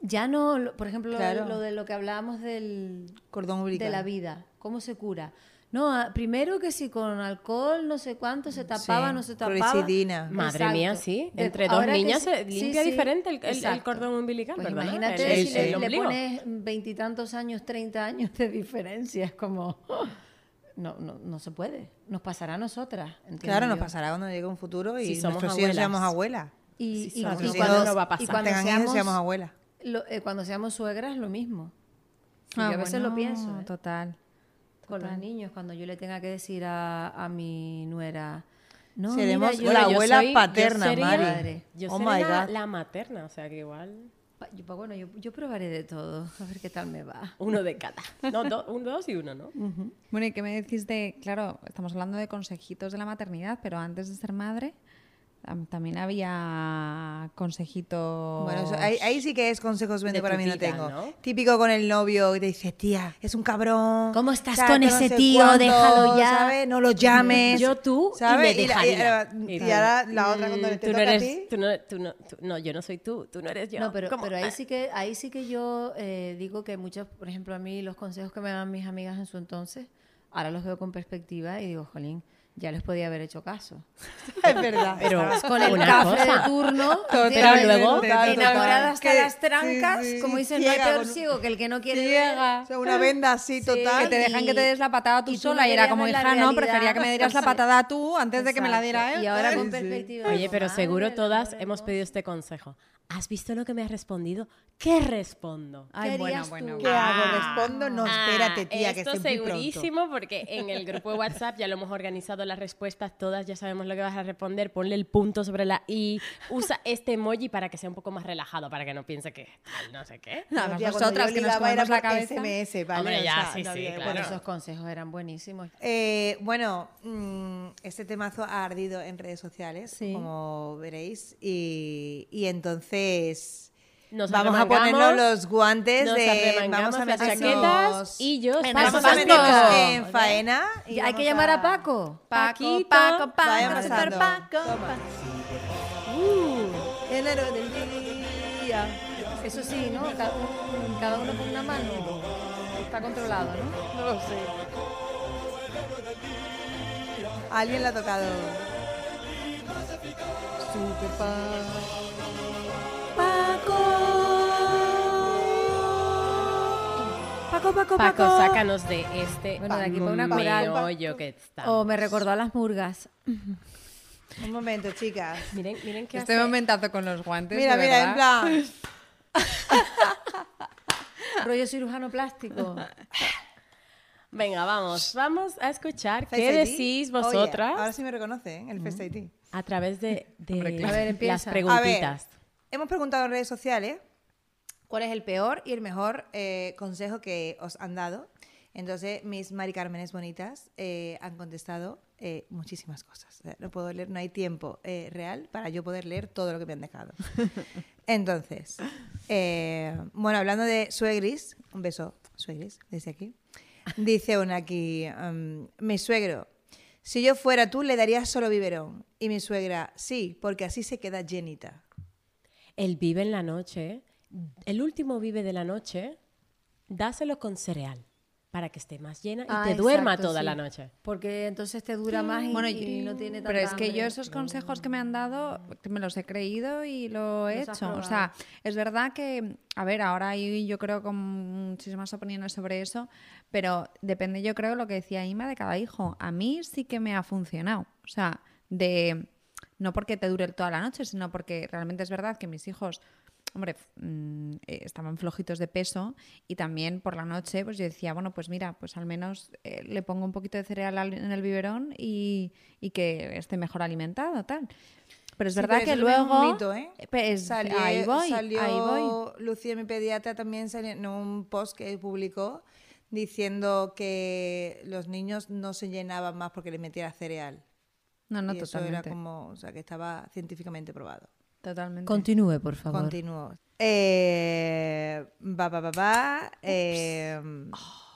Speaker 3: ya no, lo- por ejemplo, lo-
Speaker 4: Claro.
Speaker 3: lo de lo que hablábamos del,
Speaker 4: Cordón umbilical.
Speaker 3: de la vida, cómo se cura. No, a- primero que si con alcohol, no sé cuánto, se tapaba,
Speaker 2: Sí,
Speaker 3: no se tapaba.
Speaker 4: clorexidina.
Speaker 1: Madre
Speaker 3: Exacto.
Speaker 1: mía, sí.
Speaker 3: De-
Speaker 1: Entre dos
Speaker 3: ahora que
Speaker 1: niñas
Speaker 3: sí-
Speaker 1: se
Speaker 3: sí,
Speaker 1: limpia
Speaker 3: sí,
Speaker 1: diferente el, el- el
Speaker 3: exacto.
Speaker 1: cordón umbilical,
Speaker 3: Pues
Speaker 1: ¿verdad?
Speaker 3: imagínate
Speaker 1: El-
Speaker 3: si
Speaker 1: el
Speaker 3: le, le
Speaker 1: ombligo.
Speaker 3: pones veintitantos años, treinta años de diferencia, es como... No, no, no se puede. Nos pasará a nosotras. entiendo
Speaker 4: Claro, nos
Speaker 3: yo.
Speaker 4: pasará cuando llegue un futuro y
Speaker 1: Si somos
Speaker 4: nuestros hijos
Speaker 1: abuelas.
Speaker 4: seamos abuelas.
Speaker 3: Y,
Speaker 1: Sí,
Speaker 3: y-
Speaker 1: sí,
Speaker 3: y
Speaker 1: sí.
Speaker 4: Nuestros
Speaker 3: cuando,
Speaker 4: hijos
Speaker 1: va a pasar.
Speaker 3: y cuando
Speaker 4: tengan hijos
Speaker 3: seamos,
Speaker 4: y seamos abuelas.
Speaker 3: lo- eh, cuando seamos suegras, lo mismo. Y
Speaker 2: Ah,
Speaker 3: yo a veces
Speaker 2: bueno,
Speaker 3: lo pienso. ¿eh?
Speaker 2: Total.
Speaker 3: Con los
Speaker 2: total.
Speaker 3: niños, cuando yo le tenga que decir a, a mi nuera... No,
Speaker 4: Seremos
Speaker 3: mira, yo-
Speaker 1: Bueno,
Speaker 4: la
Speaker 1: yo
Speaker 4: abuela
Speaker 1: soy- yo
Speaker 4: paterna,
Speaker 1: sería-
Speaker 4: Mari.
Speaker 1: Yo
Speaker 4: Oh
Speaker 1: sería
Speaker 4: my
Speaker 1: la,
Speaker 4: God.
Speaker 1: la materna, o sea que igual
Speaker 3: Pa- yo- pa- bueno, yo, yo probaré de todo, a ver qué tal me va.
Speaker 1: uno de cada. No, do- un dos y uno, ¿no?
Speaker 2: Bueno, ¿y qué me decís de, claro, estamos hablando de consejitos de la maternidad, pero antes de ser madre tam- también había consejitos...
Speaker 4: Bueno, eso- ahí, ahí sí que es consejos vende
Speaker 1: De
Speaker 4: para
Speaker 1: tu
Speaker 4: mí no
Speaker 1: vida,
Speaker 4: tengo.
Speaker 1: ¿no?
Speaker 4: Típico con el novio que te dice, tía, es un cabrón.
Speaker 3: ¿Cómo estás
Speaker 4: ¿sabes?
Speaker 3: con
Speaker 4: Que
Speaker 3: ese tío? Déjalo ya".
Speaker 4: ¿sabes? No lo llames.
Speaker 1: Yo tú y
Speaker 4: ¿sabes?
Speaker 1: le
Speaker 4: la-
Speaker 1: dejaría.
Speaker 4: Y,
Speaker 1: Y
Speaker 4: y ahora la otra
Speaker 1: Mm,
Speaker 4: cuando le te
Speaker 1: tú no
Speaker 4: toca a
Speaker 1: eres,
Speaker 4: ti.
Speaker 1: tú no, tú no, tú- no, yo no soy tú, tú no eres yo.
Speaker 3: No, pero,
Speaker 1: ¿Cómo?
Speaker 3: pero
Speaker 1: Ah,
Speaker 3: ahí sí que ahí sí que yo eh, digo que muchos, por ejemplo, a mí los consejos que me daban mis amigas en su entonces, ahora los veo con perspectiva y digo, jolín, ya les podía haber hecho caso.
Speaker 4: Es verdad.
Speaker 1: Pero
Speaker 4: estabas
Speaker 3: Con el
Speaker 1: una
Speaker 3: café
Speaker 1: cosa.
Speaker 3: de turno,
Speaker 1: Pero luego-
Speaker 4: total,
Speaker 3: enamorada
Speaker 4: total.
Speaker 3: hasta
Speaker 4: Que-
Speaker 3: las trancas,
Speaker 4: sí, sí,
Speaker 3: como
Speaker 4: sí,
Speaker 3: dicen, no hay
Speaker 4: ciega,
Speaker 3: peor
Speaker 4: con un-
Speaker 3: ciego que el que no quiere
Speaker 4: ciega. O sea, una venda así total.
Speaker 2: Que te dejan que te des la patada tú
Speaker 3: y tú
Speaker 2: sola
Speaker 3: no
Speaker 2: y era
Speaker 3: querías
Speaker 2: como,
Speaker 3: ver
Speaker 2: hija,
Speaker 3: la
Speaker 2: no, prefería que me dieras la
Speaker 3: realidad".
Speaker 2: patada tú antes de que me la diera
Speaker 3: Exacto.
Speaker 2: él.
Speaker 3: Y ahora con
Speaker 4: Sí.
Speaker 3: perspectiva.
Speaker 1: Oye,
Speaker 3: digo,
Speaker 1: pero
Speaker 3: madre
Speaker 1: seguro
Speaker 3: del
Speaker 1: todas
Speaker 3: amor
Speaker 1: hemos
Speaker 3: hermoso.
Speaker 1: pedido este consejo. ¿Has visto lo que me has respondido? ¿Qué respondo?
Speaker 2: Ay,
Speaker 3: ¿Qué
Speaker 2: bueno,
Speaker 3: harías
Speaker 2: bueno,
Speaker 3: tú?
Speaker 4: ¿Qué hago?
Speaker 1: Ah.
Speaker 4: Respondo, no, espérate, tía, que
Speaker 1: esto
Speaker 4: estoy muy pronto.
Speaker 1: segurísimo porque en el grupo de WhatsApp ya lo hemos organizado las respuestas todas, ya sabemos lo que vas a responder, ponle el punto sobre la i, usa este emoji para que sea un poco más relajado, para que no piense que tal, no sé qué.
Speaker 2: No,
Speaker 4: Tía, cuando
Speaker 2: nosotras
Speaker 4: yo
Speaker 2: que nos
Speaker 4: ligaba era
Speaker 2: comemos la
Speaker 4: por
Speaker 2: cabeza.
Speaker 4: SMS, ¿vale?
Speaker 1: Hombre, ya, sí,
Speaker 4: no
Speaker 1: sí,
Speaker 4: había-
Speaker 1: claro.
Speaker 3: Esos consejos eran buenísimos.
Speaker 4: Eh, bueno, mm, este temazo ha ardido en redes sociales,
Speaker 3: Sí.
Speaker 4: como veréis, y, y entonces
Speaker 1: Nos
Speaker 4: vamos a
Speaker 1: arremangamos,
Speaker 4: ponernos los guantes
Speaker 1: nos
Speaker 4: de
Speaker 1: arremangamos
Speaker 4: vamos a
Speaker 1: las
Speaker 4: meternos-
Speaker 1: chaquetas y yo
Speaker 3: En
Speaker 1: paso
Speaker 4: vamos a
Speaker 1: paso.
Speaker 4: meternos
Speaker 3: Paco.
Speaker 4: en faena. y
Speaker 3: Ya, Hay que
Speaker 4: vamos
Speaker 3: llamar
Speaker 4: a-
Speaker 3: a Paco.
Speaker 2: Paco,
Speaker 1: Paquito,
Speaker 2: Paco,
Speaker 4: vayan
Speaker 2: Paco, super
Speaker 4: pasando.
Speaker 2: Paco.
Speaker 4: Toma. Enero del día.
Speaker 3: Eso sí, ¿no? Ca- un- Cada uno con una mano. Está controlado, ¿no?
Speaker 4: No lo sé. Alguien la ha tocado. Super
Speaker 3: Paco, Paco,
Speaker 1: Paco, sácanos de este
Speaker 3: Bueno, de aquí para una coral.
Speaker 1: meollo que está.
Speaker 2: Oh,
Speaker 3: O me recordó a las murgas.
Speaker 4: Un momento, chicas.
Speaker 1: Miren, miren qué
Speaker 2: Este
Speaker 1: hace-
Speaker 2: momentazo con los guantes,
Speaker 4: Mira,
Speaker 2: de
Speaker 4: mira, en
Speaker 2: verdad.
Speaker 4: plan.
Speaker 3: Rollo cirujano plástico.
Speaker 1: Venga, vamos, vamos a escuchar
Speaker 4: Face
Speaker 1: qué
Speaker 4: ID.
Speaker 1: decís
Speaker 4: Oye,
Speaker 1: vosotras
Speaker 4: Oh, ahora sí me reconoce, ¿eh? el Face ID.
Speaker 1: a través de, de
Speaker 2: Hombre, claro.
Speaker 3: A ver,
Speaker 1: las
Speaker 3: empieza. A ver.
Speaker 4: A ver,
Speaker 1: preguntitas.
Speaker 4: hemos preguntado en redes sociales cuál es el peor y el mejor eh, consejo que os han dado. Entonces, mis Mari Carmenes bonitas eh, han contestado eh, muchísimas cosas. O sea, No puedo leer, no hay tiempo eh, real para yo poder leer todo lo que me han dejado. Entonces, eh, bueno, hablando de suegris, un beso, suegris, desde aquí. Dice una aquí, mm, mi suegro, si yo fuera tú le darías solo biberón. Y mi suegra, sí, porque así se queda llenita.
Speaker 1: El vive en la noche, el último vive de la noche, dáselo con cereal para que esté más llena y
Speaker 3: Ah,
Speaker 1: te duerma
Speaker 3: exacto,
Speaker 1: toda
Speaker 3: sí.
Speaker 1: la noche.
Speaker 3: Porque entonces te dura más y,
Speaker 2: Bueno,
Speaker 3: y
Speaker 2: yo-
Speaker 3: no tiene tanta
Speaker 2: pero es que
Speaker 3: hambre.
Speaker 2: yo esos consejos que me han dado me los he creído y lo he
Speaker 3: Los has
Speaker 2: hecho. O sea, es verdad que, a ver, ahora hay yo creo con muchísimas opiniones sobre eso, pero depende yo creo lo que decía Ima de cada hijo. A mí sí que me ha funcionado. O sea, de no porque te dure toda la noche, sino porque realmente es verdad que mis hijos hombre, f- mm, eh, estaban flojitos de peso y también por la noche, pues yo decía, bueno, pues mira, pues al menos eh, le pongo un poquito de cereal al- en el biberón y, y que esté mejor alimentado, tal. Pero es
Speaker 4: Sí,
Speaker 2: verdad
Speaker 4: pero
Speaker 2: que
Speaker 4: eso también es
Speaker 2: luego...
Speaker 4: un mito, ¿eh?
Speaker 2: Pe- es-
Speaker 4: Salió,
Speaker 2: pues, ahí voy,
Speaker 4: salió
Speaker 2: ahí voy.
Speaker 4: Lucía, mi pediatra, también salió en un post que publicó diciendo que los niños no se llenaban más porque les metiera cereal.
Speaker 2: No, no,
Speaker 4: y eso
Speaker 2: totalmente.
Speaker 4: era como, o sea, que estaba científicamente probado.
Speaker 2: Totalmente.
Speaker 5: Continúe, por favor.
Speaker 4: Continúo. Eh, va, va, va, va. eh,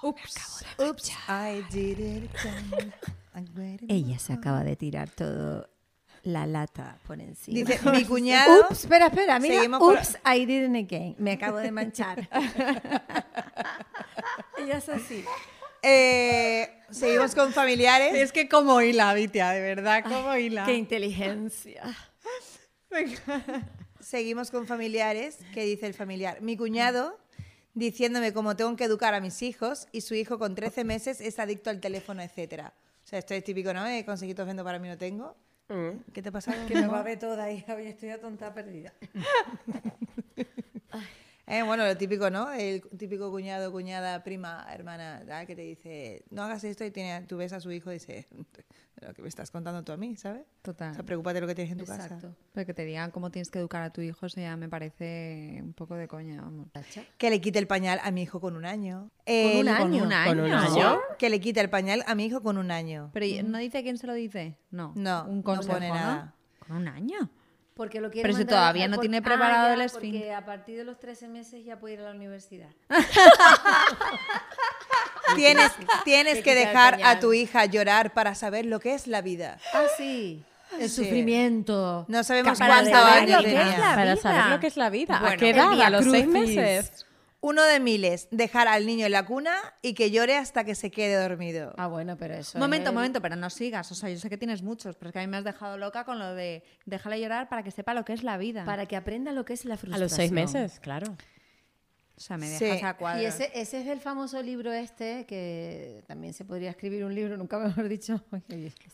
Speaker 2: Oh,
Speaker 4: oops. Oops, I did it again. I'm waiting.
Speaker 5: Ella se acaba de tirar todo la lata por encima.
Speaker 4: Dice, mi cuñado...
Speaker 5: Ups, espera, espera, mira.
Speaker 4: Seguimos por-
Speaker 5: Ups, I didn't again. Me acabo de manchar. Ella es así.
Speaker 4: eh, seguimos con familiares.
Speaker 2: Es que como hila, Vitia, de verdad, como hila.
Speaker 5: Qué inteligencia.
Speaker 4: Seguimos con familiares. ¿Qué dice el familiar? Mi cuñado diciéndome cómo tengo que educar a mis hijos y su hijo con 13 meses es adicto al teléfono, etcétera. O sea, esto es típico, ¿no? Eh, conseguitos vendo para mí no tengo. ¿Qué te ha pasado?
Speaker 3: Que me va a ver toda, hija. Hoy estoy a tonta perdida.
Speaker 4: Eh, bueno, lo típico, ¿no? El típico cuñado, cuñada, prima, hermana, tal, que te dice, no hagas esto y tiene, tú ves a su hijo y dice, lo que me estás contando tú a mí, ¿sabes?
Speaker 2: Total.
Speaker 4: O sea, preocúpate de lo que tienes en tu casa.
Speaker 2: Exacto. Pero que te digan cómo tienes que educar a tu hijo, eso ya me parece un poco de coña, vamos.
Speaker 4: Que le quite el pañal a mi hijo con un año. Eh,
Speaker 2: Con
Speaker 4: El-
Speaker 2: un año.
Speaker 1: ¿Con un año?
Speaker 4: Que le quite el pañal a mi hijo con un año.
Speaker 2: Pero ¿y- no dice quién se lo dice. No.
Speaker 4: No,
Speaker 2: Un
Speaker 4: no
Speaker 2: consejo,
Speaker 4: pone nada.
Speaker 2: Con un año.
Speaker 3: Porque lo quiere
Speaker 2: Pero si
Speaker 3: mandar a-
Speaker 2: todavía no
Speaker 3: porque-
Speaker 2: tiene preparado
Speaker 3: ya,
Speaker 2: el esfín.
Speaker 3: Porque a partir de los 13 meses ya puede ir a la universidad.
Speaker 4: Tienes, tienes
Speaker 3: Te
Speaker 4: que
Speaker 3: quita el
Speaker 4: dejar a
Speaker 3: pañal.
Speaker 4: tu hija llorar para saber lo que es la vida.
Speaker 3: Ah, sí.
Speaker 5: El
Speaker 4: Sí.
Speaker 5: sufrimiento.
Speaker 4: No sabemos
Speaker 3: Para
Speaker 4: cuánto
Speaker 3: saber lo
Speaker 4: años
Speaker 3: que es
Speaker 4: tenía.
Speaker 3: la
Speaker 1: Para
Speaker 3: vida.
Speaker 1: saber lo que es la vida. ¿A
Speaker 2: Bueno,
Speaker 1: qué
Speaker 2: el
Speaker 1: edad?
Speaker 2: Vía
Speaker 1: ¿A los seis
Speaker 2: Crucis.
Speaker 1: meses?
Speaker 4: Uno de miles, dejar al niño en la cuna y que llore hasta que se quede dormido.
Speaker 3: Ah, bueno, pero eso.
Speaker 2: momento,
Speaker 3: es-
Speaker 2: momento, pero no sigas. O sea, yo sé que tienes muchos, pero es que a mí me has dejado loca con lo de déjale llorar para que sepa lo que es la vida.
Speaker 3: Para que aprenda lo que es la
Speaker 1: A
Speaker 3: frustración.
Speaker 1: los seis meses, claro.
Speaker 2: O sea, me
Speaker 4: Sí.
Speaker 2: dejas a cuadros.
Speaker 3: Y ese, ese es el famoso libro este, que también se podría escribir un libro, nunca mejor dicho.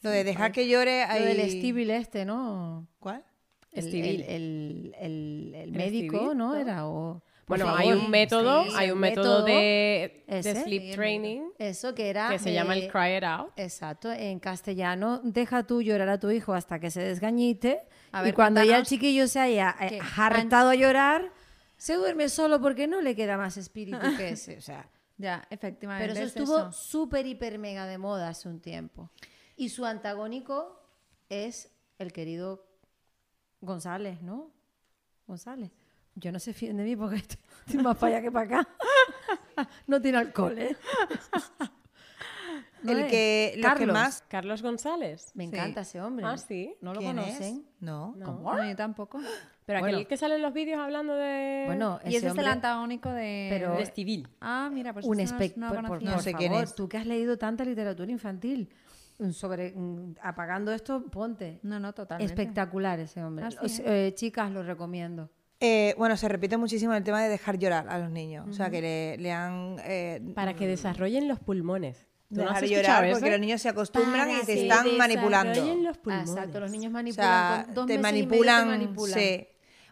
Speaker 4: Lo de dejar que llore
Speaker 3: Lo del
Speaker 4: ahí-
Speaker 3: Estíbil este, ¿no?
Speaker 4: ¿Cuál?
Speaker 3: El,
Speaker 1: Estíbil.
Speaker 3: el, el- el- el
Speaker 1: El
Speaker 3: médico,
Speaker 1: estíbil,
Speaker 3: ¿no?
Speaker 1: ¿no?
Speaker 3: Era o... por
Speaker 1: Bueno,
Speaker 3: favor.
Speaker 1: hay un método,
Speaker 3: Sí,
Speaker 1: hay
Speaker 3: el
Speaker 1: un método de, de
Speaker 3: ese,
Speaker 1: sleep training
Speaker 3: Eso que era...
Speaker 1: que se llama
Speaker 3: eh,
Speaker 1: el cry it out.
Speaker 3: Exacto, en castellano, deja tú llorar a tu hijo hasta que se desgañite.
Speaker 2: A ver,
Speaker 3: y cuando ya el
Speaker 2: cuéntanos
Speaker 3: chiquillo se haya eh,
Speaker 2: que-
Speaker 3: hartado a llorar, se duerme solo porque no le queda más espíritu que ese. O sea,
Speaker 2: Ya, efectivamente.
Speaker 3: pero eso
Speaker 2: es
Speaker 3: estuvo súper, hiper, mega de moda hace un tiempo. Y su antagónico es el querido González, ¿no? González. Yo no sé fíen de mí porque estoy, estoy más para allá que para acá. No tiene alcohol, ¿eh? No
Speaker 4: el
Speaker 3: es.
Speaker 4: que, lo que
Speaker 3: Carlos.
Speaker 4: más...
Speaker 1: Carlos González.
Speaker 3: Me
Speaker 4: Sí.
Speaker 3: encanta ese hombre.
Speaker 1: Ah, sí.
Speaker 3: No lo
Speaker 4: ¿Quién es?
Speaker 3: conocen.
Speaker 4: No.
Speaker 1: No.
Speaker 2: No, yo tampoco.
Speaker 1: Pero aquel
Speaker 3: Bueno.
Speaker 1: que sale en los vídeos hablando de...
Speaker 3: Bueno,
Speaker 2: y ese es este el
Speaker 3: hombre-
Speaker 2: antagónico de.
Speaker 3: Pero-
Speaker 1: de Estivil.
Speaker 2: Ah, mira, pues
Speaker 3: un
Speaker 2: ese no-
Speaker 3: espectro.
Speaker 2: no,
Speaker 3: por,
Speaker 2: lo
Speaker 3: por-
Speaker 2: conocía.
Speaker 4: No
Speaker 3: por
Speaker 4: sé
Speaker 3: favor,
Speaker 4: quién es.
Speaker 3: tú que has leído tanta literatura infantil, mm, sobre mm, apagando esto, ponte.
Speaker 2: No, no, totalmente.
Speaker 3: Espectacular ese hombre.
Speaker 2: Ah, sí,
Speaker 3: Os- eh, chicas, lo recomiendo.
Speaker 4: Eh, bueno, se repite muchísimo el tema de dejar llorar a los niños. O sea, que le, le han... eh,
Speaker 1: Para
Speaker 3: Mm.
Speaker 1: que desarrollen los pulmones. ¿Tú no has
Speaker 4: dejar
Speaker 1: escuchado
Speaker 4: llorar
Speaker 1: eso?
Speaker 4: porque los niños se acostumbran
Speaker 3: Para
Speaker 4: y te
Speaker 3: que
Speaker 4: están
Speaker 1: Desarrollen
Speaker 4: manipulando.
Speaker 1: los pulmones.
Speaker 3: Ah, exacto, los niños
Speaker 4: Pues, O
Speaker 3: manipulan.
Speaker 4: sea,
Speaker 3: con dos
Speaker 4: te
Speaker 3: meses y medio
Speaker 4: manipulan,
Speaker 3: te manipulan.
Speaker 4: sí.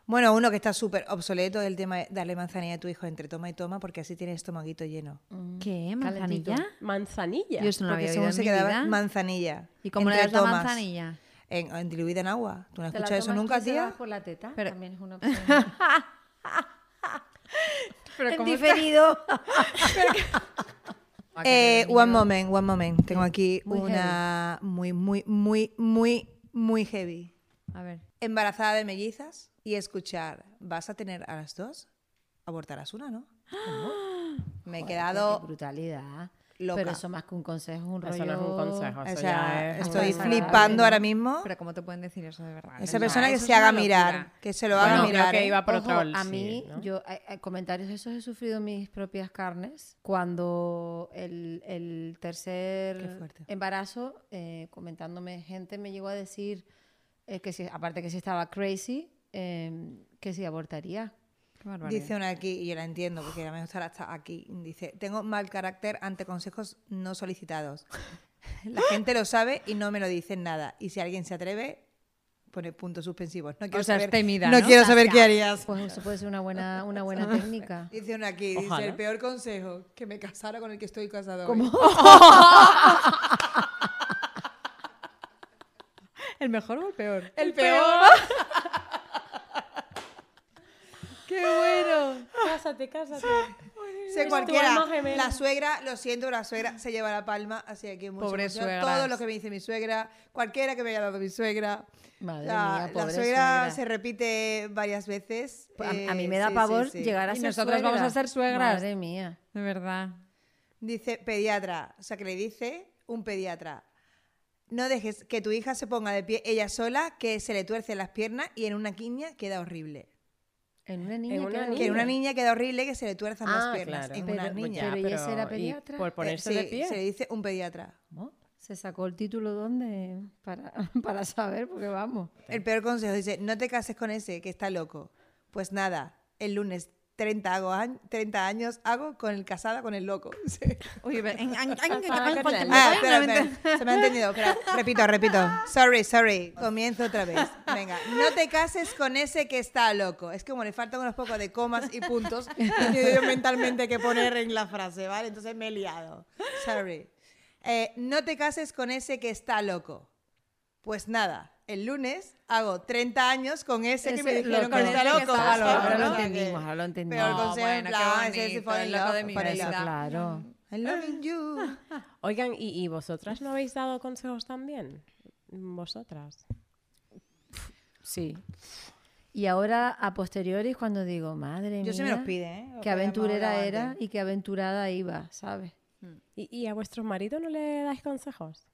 Speaker 4: Bueno, uno que está súper obsoleto es el tema de darle manzanilla a tu hijo entre toma y toma porque así tiene el estomaguito lleno.
Speaker 2: ¿Qué? ¿Manzanilla?
Speaker 3: Calentito.
Speaker 1: Manzanilla.
Speaker 2: Yo eso no lo
Speaker 4: porque
Speaker 2: había oído
Speaker 4: según
Speaker 2: en
Speaker 4: se
Speaker 2: mi
Speaker 4: quedaba
Speaker 2: vida.
Speaker 4: manzanilla.
Speaker 2: ¿Y cómo le
Speaker 4: entre
Speaker 2: das la
Speaker 4: tomas,
Speaker 2: manzanilla?
Speaker 4: En, en diluida en agua. ¿Tú no has
Speaker 3: Te la
Speaker 4: escuchado eso
Speaker 3: tomas
Speaker 4: nunca,
Speaker 3: tú y se la
Speaker 4: tía?
Speaker 3: das por la teta,
Speaker 2: Pero-
Speaker 3: también es una opción.
Speaker 2: Pero
Speaker 3: En
Speaker 2: ¿cómo está?
Speaker 3: diferido.
Speaker 4: Eh, one moment, one moment. Tengo aquí
Speaker 3: Muy
Speaker 4: una muy, muy, muy, muy, muy heavy.
Speaker 2: A ver.
Speaker 4: Embarazada de mellizas y escuchar, ¿vas a tener a las dos? Abortarás una, ¿no? Me he
Speaker 3: Joder,
Speaker 4: quedado
Speaker 3: qué brutalidad.
Speaker 4: loca.
Speaker 3: Pero eso más que un consejo, es un rollo.
Speaker 1: Eso no es un consejo.
Speaker 4: O
Speaker 1: eso ya
Speaker 4: sea,
Speaker 1: es
Speaker 4: estoy
Speaker 1: una-
Speaker 4: flipando ahora mismo.
Speaker 2: Pero ¿cómo te pueden decir eso de verdad?
Speaker 4: Esa
Speaker 2: No,
Speaker 4: persona que
Speaker 2: eso
Speaker 4: se
Speaker 2: es una
Speaker 4: haga
Speaker 2: locura.
Speaker 4: mirar, que se lo haga
Speaker 1: Bueno, creo
Speaker 4: mirar.
Speaker 1: que
Speaker 4: ¿eh?
Speaker 1: iba por
Speaker 3: Ojo,
Speaker 1: otro lado,
Speaker 3: a
Speaker 1: sí,
Speaker 3: mí,
Speaker 1: ¿no?
Speaker 3: yo a- a comentarios esos he sufrido en mis propias carnes. Cuando el, el
Speaker 4: Qué
Speaker 3: tercer
Speaker 4: fuerte.
Speaker 3: embarazo, eh, comentándome gente, me llegó a decir eh, que si, aparte que si estaba crazy, eh, que si abortaría.
Speaker 2: Qué barbaridad.
Speaker 4: Dice una aquí, y yo la entiendo porque ya me gustará hasta aquí. Dice: Tengo mal carácter ante consejos no solicitados. La gente lo sabe y no me lo dicen nada. Y si alguien se atreve, pone puntos suspensivos. No quiero
Speaker 2: sea, es
Speaker 4: saber,
Speaker 2: temida,
Speaker 4: no
Speaker 2: ¿no?
Speaker 4: quiero saber qué harías.
Speaker 3: Pues eso puede ser una buena, una buena técnica.
Speaker 4: Dice una aquí:
Speaker 1: Ojalá.
Speaker 4: Dice el peor consejo, que me casara con el que estoy casado.
Speaker 2: ¿Cómo? ¿El mejor o el peor?
Speaker 1: El peor.
Speaker 3: ¡Qué bueno!
Speaker 1: cásate, cásate.
Speaker 4: Sé
Speaker 1: tu
Speaker 4: cualquiera.
Speaker 1: alma gemela.
Speaker 4: La suegra, lo siento, la suegra se lleva la palma, así que mucho
Speaker 2: Pobre
Speaker 4: mucho.
Speaker 2: suegras.
Speaker 4: Todo lo que me dice mi suegra, cualquiera que me haya dado mi suegra.
Speaker 3: Madre
Speaker 4: la,
Speaker 3: mía,
Speaker 4: la
Speaker 3: pobre
Speaker 4: suegra,
Speaker 3: suegra.
Speaker 4: se repite varias veces.
Speaker 3: A, a
Speaker 4: eh,
Speaker 3: mí me da
Speaker 4: sí, sí,
Speaker 3: pavor
Speaker 4: sí.
Speaker 3: llegar a
Speaker 2: Y
Speaker 3: ser
Speaker 2: nosotras vamos a ser suegras.
Speaker 3: Madre mía.
Speaker 2: De verdad.
Speaker 4: Dice pediatra, o sea, que le dice un pediatra. No dejes que tu hija se ponga de pie ella sola, que se le tuercen las piernas y en una quiña queda horrible.
Speaker 3: En una niña.
Speaker 1: una
Speaker 3: queda
Speaker 1: niña.
Speaker 4: Que en una
Speaker 3: horrible.
Speaker 4: niña queda horrible que se le tuerzan
Speaker 1: Ah,
Speaker 4: las piernas.
Speaker 1: claro.
Speaker 4: En
Speaker 3: Pero-
Speaker 4: una
Speaker 3: pues
Speaker 4: niña.
Speaker 3: ya, Pero ella será
Speaker 1: y
Speaker 3: pediatra.
Speaker 1: Por
Speaker 4: Eh,
Speaker 1: ponerse
Speaker 4: sí,
Speaker 1: de pie.
Speaker 4: Se le dice un pediatra.
Speaker 3: ¿Cómo? Se sacó el título donde para, para saber, porque vamos.
Speaker 4: El peor consejo dice, no te cases con ese que está loco. Pues nada, el lunes 30, hago añ- 30 años hago con el casada con el loco. Sí.
Speaker 2: Uy, ve- en- en- en-
Speaker 1: Ah, carnal.
Speaker 4: Ah, espera, espera, se me ha entendido. espera. Repito, repito. Sorry, sorry. Comienzo otra vez. Venga, no te cases con ese que está loco. Es que como le faltan unos pocos de comas y puntos, he tenido yo mentalmente que poner en la frase, ¿vale? Entonces me he liado. Sorry. Eh, no te cases con ese que está loco. Pues nada, el lunes hago 30 años con ese, que
Speaker 3: Ese
Speaker 4: me dijeron
Speaker 3: loco.
Speaker 4: que está
Speaker 2: Ese que
Speaker 4: loco.
Speaker 2: está loco.
Speaker 4: ¿sabes?
Speaker 2: Ahora lo
Speaker 4: O sea que-
Speaker 3: entendimos, ahora lo entendimos.
Speaker 4: Pero el
Speaker 2: No,
Speaker 4: consejo en
Speaker 2: bueno, qué
Speaker 4: plan, ese sí
Speaker 2: bonito,
Speaker 4: fue
Speaker 2: el loco de mi
Speaker 4: for in
Speaker 2: vida.
Speaker 3: Eso,
Speaker 4: love.
Speaker 3: claro.
Speaker 4: I'm loving you.
Speaker 1: Oigan, ¿y, y vosotras no habéis dado consejos también? Vosotras.
Speaker 3: Sí. Y ahora, a posteriori, cuando digo, madre mía.
Speaker 4: Yo sí me los pide, ¿eh? Lo que
Speaker 3: Qué
Speaker 4: habíamos hablado
Speaker 3: aventurera
Speaker 4: antes.
Speaker 3: era y qué aventurada iba, ¿sabes?
Speaker 1: ¿Y, y a vuestros maridos no le dais consejos?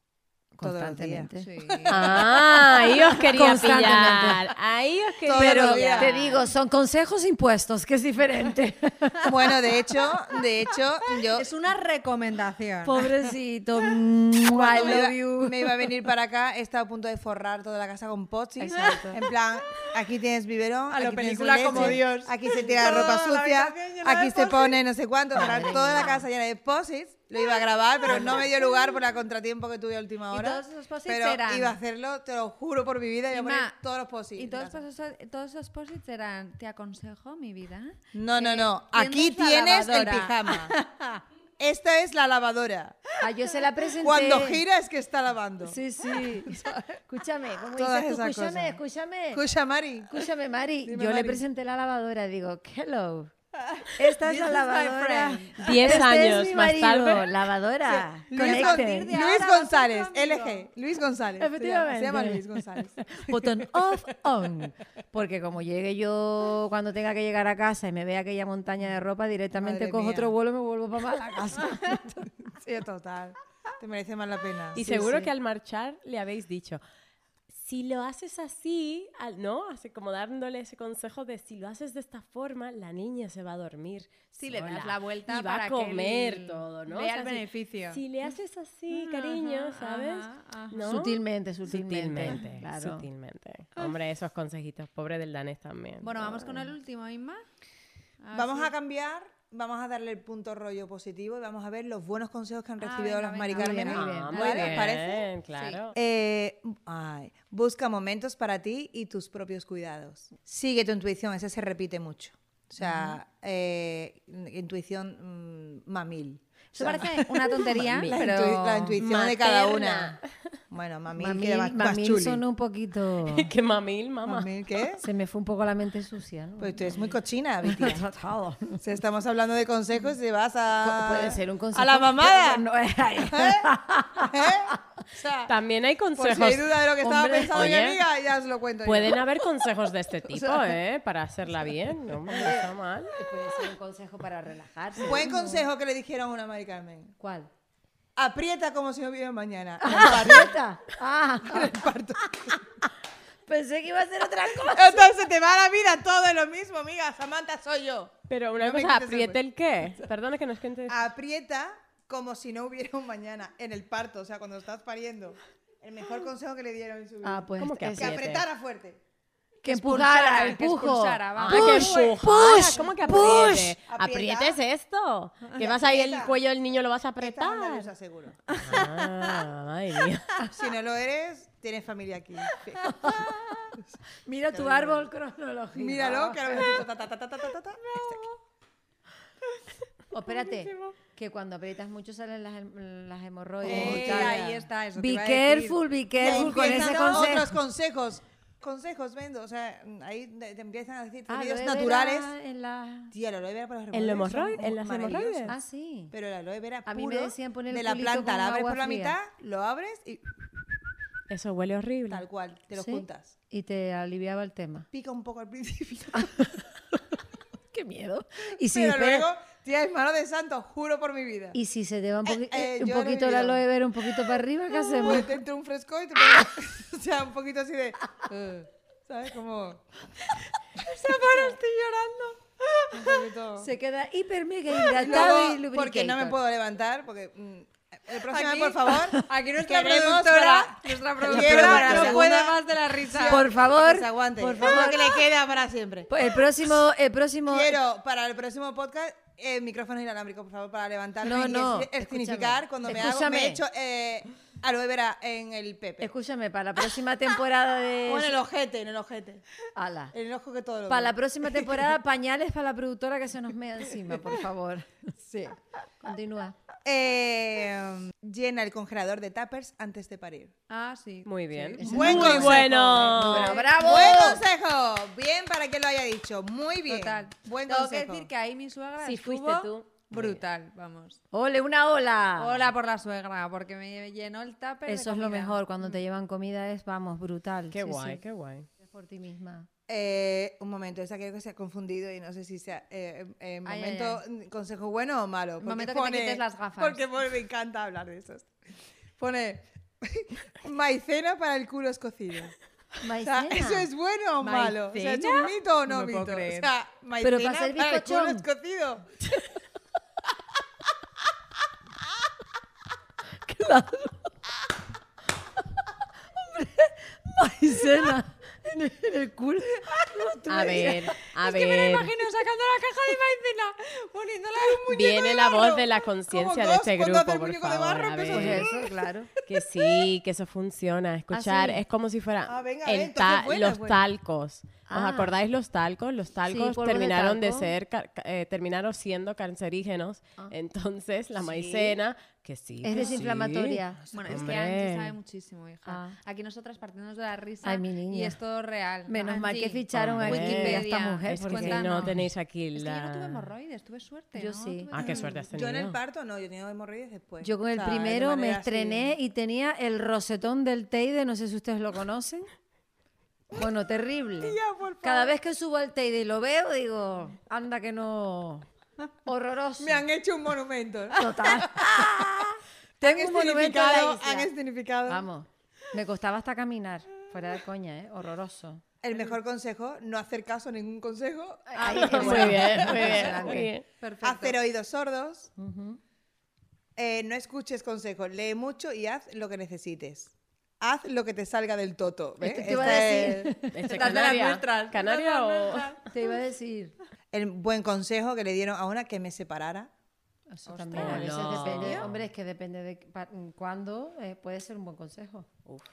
Speaker 4: Todos los días.
Speaker 3: Constantemente.
Speaker 1: Ah, ahí os quería
Speaker 3: Constantemente.
Speaker 1: pillar. Ahí os quería
Speaker 4: Todos los
Speaker 3: Pero
Speaker 1: pillar.
Speaker 4: días.
Speaker 3: te digo, son consejos impuestos, que es diferente.
Speaker 4: Bueno, de hecho, de hecho, yo
Speaker 2: Es una recomendación.
Speaker 3: Pobrecito. Mua, I
Speaker 4: cuando
Speaker 3: love
Speaker 4: me,
Speaker 3: you.
Speaker 4: iba, me iba a venir para acá, he estado a punto de forrar toda la casa con pochis. En plan, aquí tienes biberón,
Speaker 2: A lo
Speaker 4: aquí tienes
Speaker 2: película
Speaker 4: leche,
Speaker 2: como Dios.
Speaker 4: Aquí se tira la ropa
Speaker 2: Toda la
Speaker 4: sucia,
Speaker 2: habitación llena de
Speaker 4: aquí se
Speaker 2: post-its.
Speaker 4: pone no sé cuánto, forrar toda la casa llena de pochis. Lo iba a grabar, pero no me dio lugar por el contratiempo que tuve a última
Speaker 2: Y
Speaker 4: hora.
Speaker 2: todos esos post-its
Speaker 4: pero
Speaker 2: eran-
Speaker 4: iba a hacerlo, te lo juro por mi vida, iba a poner
Speaker 2: Inma,
Speaker 4: todos los post-its
Speaker 2: Y
Speaker 4: en
Speaker 2: todos,
Speaker 4: casa.
Speaker 2: esos- eh, todos esos posits eran, te aconsejo mi vida.
Speaker 4: No, no,
Speaker 2: Eh,
Speaker 4: no.
Speaker 2: tiendes
Speaker 4: Aquí
Speaker 2: la
Speaker 4: tienes el
Speaker 2: lavadora.
Speaker 4: pijama. Esta es la lavadora.
Speaker 3: Ah, yo se la presenté.
Speaker 4: Cuando gira es que está lavando.
Speaker 3: Sí, sí. Escúchame, ¿cómo
Speaker 4: Todas
Speaker 3: dices tú?
Speaker 4: esas
Speaker 3: Escúchame,
Speaker 4: cosas.
Speaker 3: escúchame.
Speaker 4: Escucha, Mari.
Speaker 3: Escúchame, Mari.
Speaker 4: Dime,
Speaker 3: yo
Speaker 4: Mari.
Speaker 3: le presenté la lavadora. Digo, hello. Esta es la lavadora.
Speaker 1: Diez
Speaker 3: Este
Speaker 1: años
Speaker 3: es mi
Speaker 1: más
Speaker 3: marido,
Speaker 1: tarde.
Speaker 3: lavadora.
Speaker 4: Luis, Gon-
Speaker 3: Connected.
Speaker 4: Luis González, LG. Luis González. se llama. Se llama,
Speaker 3: Efectivamente.
Speaker 4: Luis González.
Speaker 3: Botón off, on. Porque como llegue yo cuando tenga que llegar a casa y me vea aquella montaña de ropa, directamente
Speaker 4: Madre
Speaker 3: cojo
Speaker 4: mía.
Speaker 3: otro vuelo y me vuelvo para la casa.
Speaker 4: Sí, total. Te merece más la pena.
Speaker 1: Y seguro que al marchar le habéis dicho, si lo haces así, al- ¿no? Así como dándole ese consejo de si lo haces de esta forma, la niña se va a dormir.
Speaker 2: Sí, le das
Speaker 1: sola
Speaker 2: la vuelta
Speaker 1: y va
Speaker 2: para
Speaker 1: a
Speaker 2: que
Speaker 1: comer
Speaker 2: él
Speaker 1: todo, ¿no?
Speaker 2: vea el
Speaker 1: si-
Speaker 2: beneficio. Mm,
Speaker 1: Si, le haces así, cariño,
Speaker 2: Ajá,
Speaker 1: ¿sabes?
Speaker 2: ajá, ajá.
Speaker 1: ¿No?
Speaker 3: Sutilmente, sutilmente.
Speaker 1: Sutilmente,
Speaker 3: Claro.
Speaker 1: sutilmente. Hombre, esos consejitos, pobre del danés también.
Speaker 2: Bueno, vamos con el último, Inma. ver
Speaker 4: Vamos
Speaker 2: si-
Speaker 4: a cambiar, vamos a darle el punto rollo positivo y vamos a ver los buenos consejos que han
Speaker 2: Ah,
Speaker 4: recibido
Speaker 2: venga,
Speaker 4: las Mari
Speaker 2: venga,
Speaker 4: Carmen.
Speaker 3: muy
Speaker 1: Ah,
Speaker 3: bien.
Speaker 1: muy
Speaker 4: ¿Vale? ¿Os
Speaker 1: bien,
Speaker 4: parece?
Speaker 1: claro.
Speaker 4: Eh, ay, busca momentos para ti y tus propios cuidados. Sigue tu intuición, ese se repite mucho. O sea, eh, intuición mm, mamil.
Speaker 2: Eso
Speaker 4: O sea,
Speaker 2: parece una tontería,
Speaker 4: la,
Speaker 2: pero...
Speaker 4: intui- la intuición de cada
Speaker 1: Materna.
Speaker 4: una. Bueno, mamil,
Speaker 3: Mamil,
Speaker 4: queda más, más
Speaker 3: mamil
Speaker 4: chuli.
Speaker 3: sonó un poquito.
Speaker 2: Eh,
Speaker 1: que mamil, mamá.
Speaker 4: ¿Mamil qué?
Speaker 3: Se me fue un poco la mente sucia, ¿no?
Speaker 4: Pues tú eres muy cochina, Viti.
Speaker 3: Todo.
Speaker 4: Si estamos hablando de consejos, te vas a...
Speaker 3: Puede ser un consejo.
Speaker 4: ah, A la mamada.
Speaker 3: pero no es ahí.
Speaker 4: ¿Eh? O sea,
Speaker 1: También hay
Speaker 4: por
Speaker 1: consejos.
Speaker 4: si hay duda de lo que estaba
Speaker 3: Hombre,
Speaker 4: pensando mi
Speaker 1: oye,
Speaker 4: amiga, ya os lo cuento yo.
Speaker 1: Pueden haber consejos de este tipo, ¿eh? Para hacerla bien. No no está mal.
Speaker 3: Puede ser un consejo para relajarse.
Speaker 4: Buen consejo que le dijeron a una Mari Carmen.
Speaker 3: ¿Cuál?
Speaker 4: Aprieta como si no hubiera mañana.
Speaker 3: Ah, ¡Aprieta! ¡Ah! Pensé que iba a ser otra cosa.
Speaker 4: Entonces te va la vida todo es lo mismo, amiga. Samantha soy yo.
Speaker 1: Pero una
Speaker 4: No me
Speaker 1: cosa,
Speaker 4: quites el Ah,
Speaker 1: apriete el qué. Perdona que no es que ente-
Speaker 4: Aprieta como si no hubiera un mañana en el parto, o sea, cuando estás pariendo. El mejor consejo que le dieron en su vida.
Speaker 3: Ah, pues.
Speaker 1: ¿Cómo que
Speaker 3: es-
Speaker 4: que
Speaker 1: aprieta?
Speaker 4: apretara fuerte.
Speaker 3: que empujara,
Speaker 2: expulsara, que
Speaker 3: empujo.
Speaker 2: expulsara, vamos.
Speaker 1: Ah, que
Speaker 3: push,
Speaker 1: empujara,
Speaker 3: push,
Speaker 1: ¿Cómo que
Speaker 3: push.
Speaker 1: apriete?
Speaker 4: Aprieta.
Speaker 1: Aprieta es esto. Que vas ahí el
Speaker 4: Aprieta.
Speaker 1: cuello del niño lo vas a
Speaker 4: Estás
Speaker 1: apretar.
Speaker 4: nerviosa, seguro.
Speaker 1: Ah, madre mía.
Speaker 4: Si no lo eres, tienes familia aquí.
Speaker 3: Mira tu árbol cronológico.
Speaker 4: Míralo, que ahora me ha dicho ta, ta, ta, ta, ta, ta, ta, ta. Está aquí.
Speaker 3: O Oh, espérate, que cuando aprietas mucho salen las, hem- las hemorroides.
Speaker 4: Eh,
Speaker 3: y tal.
Speaker 4: ahí está, eso te
Speaker 3: Be
Speaker 4: iba a decir.
Speaker 3: careful, be
Speaker 4: Y ahí
Speaker 3: careful con ese
Speaker 4: empiezan
Speaker 3: consejo.
Speaker 4: Otros consejos. Consejos, vendo. O sea, ahí te te empiezan a decir
Speaker 3: Ah,
Speaker 4: remedios
Speaker 3: aloe vera
Speaker 4: naturales.
Speaker 3: en la-
Speaker 4: Tía, la aloe vera para los
Speaker 1: ¿En lo
Speaker 4: hemorroides son
Speaker 1: hemorroide- en las
Speaker 4: maravillosos.
Speaker 1: hemorroides?
Speaker 3: Ah, sí.
Speaker 4: Pero el aloe vera
Speaker 3: A mí me
Speaker 4: puro,
Speaker 3: decían poner el
Speaker 4: de la
Speaker 3: culito
Speaker 4: planta,
Speaker 3: con
Speaker 4: la abres
Speaker 3: agua
Speaker 4: por la
Speaker 3: fría.
Speaker 4: mitad, lo abres y
Speaker 1: Eso huele horrible.
Speaker 4: tal cual, te lo
Speaker 3: Sí,
Speaker 4: juntas.
Speaker 3: Y te aliviaba el tema.
Speaker 4: Pica un poco al principio.
Speaker 3: Qué miedo. Y si,
Speaker 4: pero
Speaker 3: espera,
Speaker 4: luego, tía, es mano de santo, juro por mi vida.
Speaker 3: y si se te va un, poqui-
Speaker 4: Eh, eh,
Speaker 3: un
Speaker 4: yo lo he
Speaker 3: poquito la
Speaker 4: vivido.
Speaker 3: aloe vera, un poquito para arriba, ¿qué hacemos?
Speaker 4: Pues te entra un fresco y te pones, o sea, un poquito así de, eh, ¿sabes? Como... Se para, estoy llorando. Un poquito...
Speaker 3: Se queda hiper mega
Speaker 4: Luego,
Speaker 3: hidratado y lubricado.
Speaker 4: porque Ah, no me puedo levantar, porque... mm, el próximo, por favor.
Speaker 2: Aquí nuestra
Speaker 4: queremos
Speaker 2: productora,
Speaker 4: para-
Speaker 2: nuestra
Speaker 4: Quiebra,
Speaker 2: productora,
Speaker 4: no
Speaker 2: no puede
Speaker 4: pueda-
Speaker 2: más de la risa.
Speaker 3: Por
Speaker 4: Que
Speaker 3: favor,
Speaker 4: se aguante.
Speaker 3: por favor.
Speaker 4: que le queda para siempre.
Speaker 3: El próximo, el próximo.
Speaker 4: Quiero para el próximo podcast eh, micrófonos inalámbricos, por favor, para levantarme
Speaker 3: No,
Speaker 4: y
Speaker 3: no,
Speaker 4: es- escenificar cuando me hago
Speaker 3: escúchame.
Speaker 4: me echo eh, aloe vera en el pepe.
Speaker 3: Escúchame, para la próxima temporada
Speaker 4: o en el
Speaker 3: de.
Speaker 4: ojete, en el ojete.
Speaker 3: Ala.
Speaker 4: En el ojo que todo lo
Speaker 3: Para la
Speaker 4: ve.
Speaker 3: próxima temporada, pañales para la productora que se nos mea encima, por favor. Sí. Continúa.
Speaker 4: Eh, llena el congelador de tuppers antes de parir.
Speaker 2: Ah, sí.
Speaker 1: Muy bien.
Speaker 3: Ese es
Speaker 1: Muy
Speaker 4: muy bueno.
Speaker 1: bueno.
Speaker 3: Pero bravo.
Speaker 4: Buen consejo. Bien para que lo haya dicho. Muy bien.
Speaker 2: Total.
Speaker 4: Buen
Speaker 2: Tengo
Speaker 4: consejo.
Speaker 2: que decir que ahí mi suegra
Speaker 1: Sí,
Speaker 2: estuvo
Speaker 1: fuiste tú.
Speaker 2: brutal, vamos.
Speaker 3: Ole, una
Speaker 4: Ah.
Speaker 3: ola.
Speaker 2: Hola por la suegra, porque me llenó el tupper de
Speaker 3: Eso es lo
Speaker 2: comida.
Speaker 3: mejor. Cuando te llevan comida es, vamos, brutal.
Speaker 1: Qué
Speaker 3: Sí,
Speaker 1: guay,
Speaker 3: sí.
Speaker 1: qué guay.
Speaker 3: Por ti misma.
Speaker 4: Eh, un momento, esa creo que se ha confundido y no sé si sea eh, eh,
Speaker 2: Ay,
Speaker 4: momento, consejo bueno o malo. porque
Speaker 2: Momento que te quites las gafas.
Speaker 4: Porque pone- me encanta hablar de eso. Pone maicena para el culo escocido. O sea,
Speaker 3: Maicena.
Speaker 4: ¿Eso es bueno o malo? O sea, ¿Es un
Speaker 2: ¿Maicena?
Speaker 4: mito o no,
Speaker 2: No me
Speaker 4: mito?
Speaker 2: puedo
Speaker 4: O
Speaker 2: creer.
Speaker 4: sea,
Speaker 3: Pero
Speaker 4: maicena
Speaker 3: para hacer
Speaker 4: el culo
Speaker 3: bizcochón.
Speaker 4: escocido.
Speaker 3: Maicena. En el- en el culo. No, tú
Speaker 1: A
Speaker 3: me digas.
Speaker 1: ver, a
Speaker 2: Es
Speaker 1: ver.
Speaker 2: que me la imagino sacando la caja de maicena, poniéndola
Speaker 1: Viene la voz
Speaker 4: barro.
Speaker 1: de la
Speaker 4: Como
Speaker 1: conciencia de
Speaker 4: Gauss
Speaker 1: este
Speaker 4: cuando
Speaker 1: grupo,
Speaker 4: hace el
Speaker 1: por
Speaker 4: muñeco de
Speaker 1: favor.
Speaker 4: barro,
Speaker 1: a
Speaker 4: empezó
Speaker 3: Pues
Speaker 1: ver.
Speaker 3: eso, claro.
Speaker 1: Que sí, que eso funciona. Escuchar es como si fuera
Speaker 4: Ah, venga,
Speaker 1: el
Speaker 4: ve, entonces
Speaker 1: ta-
Speaker 4: buena,
Speaker 1: los
Speaker 4: buena.
Speaker 1: talcos.
Speaker 3: Ah.
Speaker 1: ¿Os acordáis los talcos? Los talcos
Speaker 3: polvo de
Speaker 1: terminaron de,
Speaker 3: talco. Ah.
Speaker 1: ser ca- ca- eh, terminaron siendo cancerígenos. Entonces, la maicena, que sí.
Speaker 3: Es
Speaker 1: que
Speaker 3: desinflamatoria.
Speaker 1: sí.
Speaker 2: Bueno, es que
Speaker 1: Hombre.
Speaker 2: Angie sabe muchísimo, hija.
Speaker 3: Ah.
Speaker 2: Aquí nosotras partiéndonos de la risa
Speaker 3: Ay, mi niña.
Speaker 2: y es todo real.
Speaker 3: Menos mal que
Speaker 2: Angie,
Speaker 3: ficharon
Speaker 1: Hombre.
Speaker 3: aquí a esta
Speaker 2: Wikipedia.
Speaker 3: mujer.
Speaker 1: Es que
Speaker 3: porque-
Speaker 2: cuéntanos.
Speaker 1: no tenéis aquí
Speaker 2: Es que
Speaker 1: la...
Speaker 2: yo no tuve hemorroides, tuve suerte.
Speaker 3: Yo
Speaker 2: ¿no?
Speaker 3: sí.
Speaker 2: Tuve-
Speaker 1: Ah, qué suerte has
Speaker 4: Yo
Speaker 1: tenido.
Speaker 4: en el parto no, yo tenía hemorroides después.
Speaker 3: Yo con el
Speaker 4: O sea, de
Speaker 3: primero me
Speaker 4: manera así.
Speaker 3: estrené y tenía el rosetón del Teide, no sé si ustedes lo conocen. Bueno, terrible. Cada vez que subo al Teide y lo veo, digo, anda que no. Horroroso.
Speaker 4: Me han hecho un monumento.
Speaker 3: Total. Tengo un monumento a la
Speaker 4: escenificado,
Speaker 3: isla.
Speaker 4: han escenificado.
Speaker 3: Vamos, me costaba hasta caminar. Fuera de coña, ¿eh? Horroroso.
Speaker 4: El mejor consejo, no hacer caso a ningún consejo.
Speaker 3: Ahí,
Speaker 1: muy bien, muy bien,
Speaker 3: Impresionante.
Speaker 1: muy bien.
Speaker 4: Hacer oídos sordos. Eh, no escuches consejos. Lee mucho y haz lo que necesites. Haz lo que te salga del toto. ¿ves?
Speaker 3: Esto te iba a
Speaker 4: Este
Speaker 3: decir.
Speaker 4: es
Speaker 1: Este,
Speaker 2: Estás de las
Speaker 1: Canaria.
Speaker 2: nuestras.
Speaker 1: Canaria o...
Speaker 3: Te iba a decir.
Speaker 4: el buen consejo que le dieron a una que me separara.
Speaker 3: Eso también a veces depende. Hombre, es que depende de pa- cuándo eh, puede ser un buen consejo.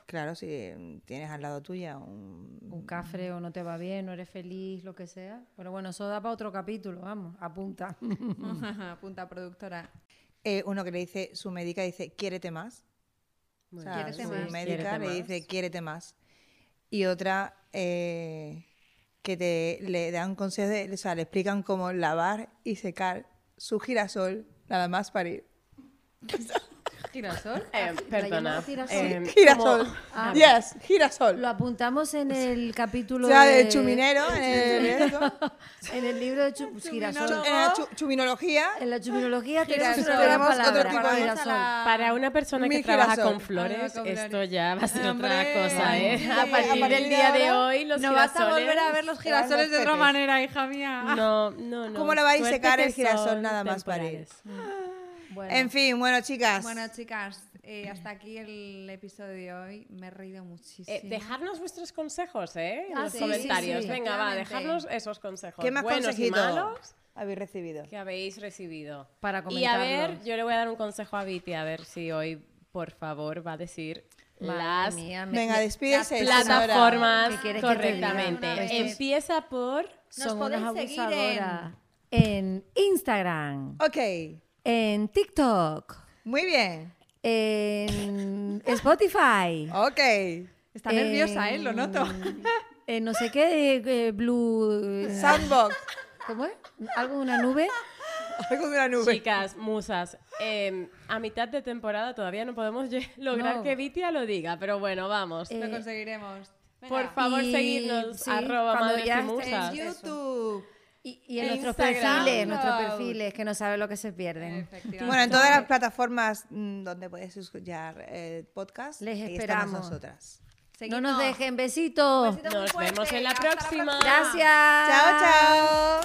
Speaker 4: Claro, si eh, tienes al lado tuya un...
Speaker 3: un cafre o no te va bien, no eres feliz, lo que sea. Pero bueno, eso da para otro capítulo, vamos, apunta.
Speaker 2: Punta productora.
Speaker 4: eh, uno que le dice, su médica dice, quiérete más. O sea,
Speaker 2: Quiérete
Speaker 4: su
Speaker 2: más.
Speaker 4: médica
Speaker 1: Quiérete
Speaker 4: le
Speaker 1: más.
Speaker 4: dice, quiérete más. Y otra eh, que te, le dan consejos, de, o sea, le explican cómo lavar y secar su girasol, nada más parir.
Speaker 2: Girasol.
Speaker 1: Eh, perdona.
Speaker 3: Ah, girasol.
Speaker 1: Eh,
Speaker 4: Girasol.
Speaker 1: como-
Speaker 4: yes, girasol.
Speaker 3: Lo apuntamos en el
Speaker 4: O
Speaker 3: capítulo
Speaker 4: sea, de chuminero, en, el-
Speaker 3: en el libro de chu- pues, girasol.
Speaker 4: en la chu- chuminología.
Speaker 3: En la chuminología tenemos
Speaker 4: Girasol.
Speaker 3: una gran
Speaker 4: Tenemos otro
Speaker 3: palabra,
Speaker 4: tipo de-
Speaker 3: girasol.
Speaker 1: Para una persona
Speaker 4: Mi
Speaker 1: que trabaja
Speaker 4: girasol.
Speaker 1: con flores,
Speaker 2: Ah,
Speaker 1: esto ya va a ser
Speaker 2: Hombre,
Speaker 1: otra cosa, ¿eh?
Speaker 2: sí,
Speaker 1: a
Speaker 4: a
Speaker 1: partir
Speaker 4: partir
Speaker 1: del
Speaker 4: de
Speaker 1: día de
Speaker 4: ahora
Speaker 1: hoy, los
Speaker 2: no vas
Speaker 1: girasoles... Ah,
Speaker 2: a volver a ver los girasoles de otra
Speaker 4: pepes.
Speaker 2: manera, hija mía.
Speaker 1: No, no, no.
Speaker 4: ¿Cómo la va a
Speaker 1: Suerte
Speaker 4: disecar
Speaker 1: que
Speaker 4: el girasol
Speaker 1: son
Speaker 4: nada más para
Speaker 1: temporales.
Speaker 3: Bueno,
Speaker 4: En fin, bueno, chicas.
Speaker 2: Bueno, chicas, eh, hasta aquí el episodio de hoy. Me he reído muchísimo.
Speaker 1: Eh, Dejarnos vuestros consejos, ¿eh? En
Speaker 3: Ah,
Speaker 1: los
Speaker 3: sí,
Speaker 1: comentarios.
Speaker 3: sí, sí,
Speaker 1: Venga, va,
Speaker 2: efectivamente.
Speaker 1: dejarnos esos consejos.
Speaker 4: ¿Qué más
Speaker 1: buenos
Speaker 4: consejitos
Speaker 1: y malos
Speaker 4: habéis recibido?
Speaker 1: que habéis recibido. Y
Speaker 3: Para
Speaker 1: a
Speaker 3: comentarlo.
Speaker 1: ver, yo le voy a dar un consejo a Viti, a ver si hoy, por favor, va a decir
Speaker 3: madre
Speaker 1: las
Speaker 3: mía, me-
Speaker 4: Venga,
Speaker 3: me-
Speaker 4: despídese. señora.
Speaker 1: plataformas
Speaker 3: ¿Qué quieres que te diga?
Speaker 1: correctamente.
Speaker 2: Una vez.
Speaker 1: Empieza por...
Speaker 3: son
Speaker 2: podéis
Speaker 3: unas
Speaker 2: seguir en-
Speaker 3: abusadoras. en Instagram,
Speaker 4: Ok,
Speaker 3: en TikTok,
Speaker 4: muy bien.
Speaker 3: en Spotify.
Speaker 4: Ok.
Speaker 2: Está nerviosa, ¿eh? Lo
Speaker 3: en-
Speaker 2: noto.
Speaker 3: en Em, no sé qué, eh, eh, Blue. eh,
Speaker 4: Sandbox.
Speaker 3: ¿Cómo es? Algo de una nube.
Speaker 4: Algo de una nube.
Speaker 1: Chicas, musas, eh, a mitad de temporada todavía no podemos lle- lograr
Speaker 3: No.
Speaker 1: que Vitia lo diga, pero bueno, vamos.
Speaker 3: Eh,
Speaker 2: Lo conseguiremos. Venga.
Speaker 1: Por favor,
Speaker 3: y-
Speaker 1: seguidnos,
Speaker 3: sí,
Speaker 1: arroba
Speaker 3: cuando
Speaker 1: madres
Speaker 3: ya
Speaker 1: y musas.
Speaker 3: estés-
Speaker 4: YouTube.
Speaker 3: Y, y en
Speaker 1: En
Speaker 3: nuestros
Speaker 1: Instagram,
Speaker 3: perfiles, en nuestros
Speaker 2: Cloud.
Speaker 3: perfiles, que no sabe lo que se pierden.
Speaker 2: Efectivamente.
Speaker 4: Bueno, en todas las plataformas mm, donde puedes escuchar eh, podcast,
Speaker 3: Les
Speaker 4: ahí
Speaker 3: esperamos.
Speaker 4: estamos nosotras.
Speaker 3: No
Speaker 2: Seguidnos.
Speaker 3: nos dejen, besitos.
Speaker 2: Besito muy
Speaker 1: Nos
Speaker 2: fuerte.
Speaker 1: vemos en la
Speaker 2: Hasta
Speaker 1: próxima.
Speaker 3: Gracias.
Speaker 4: Chao, chao.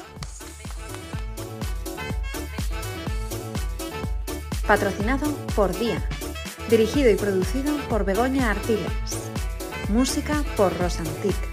Speaker 6: patrocinado por Día, dirigido y producido por Begoña Artiles, música por Rosantic.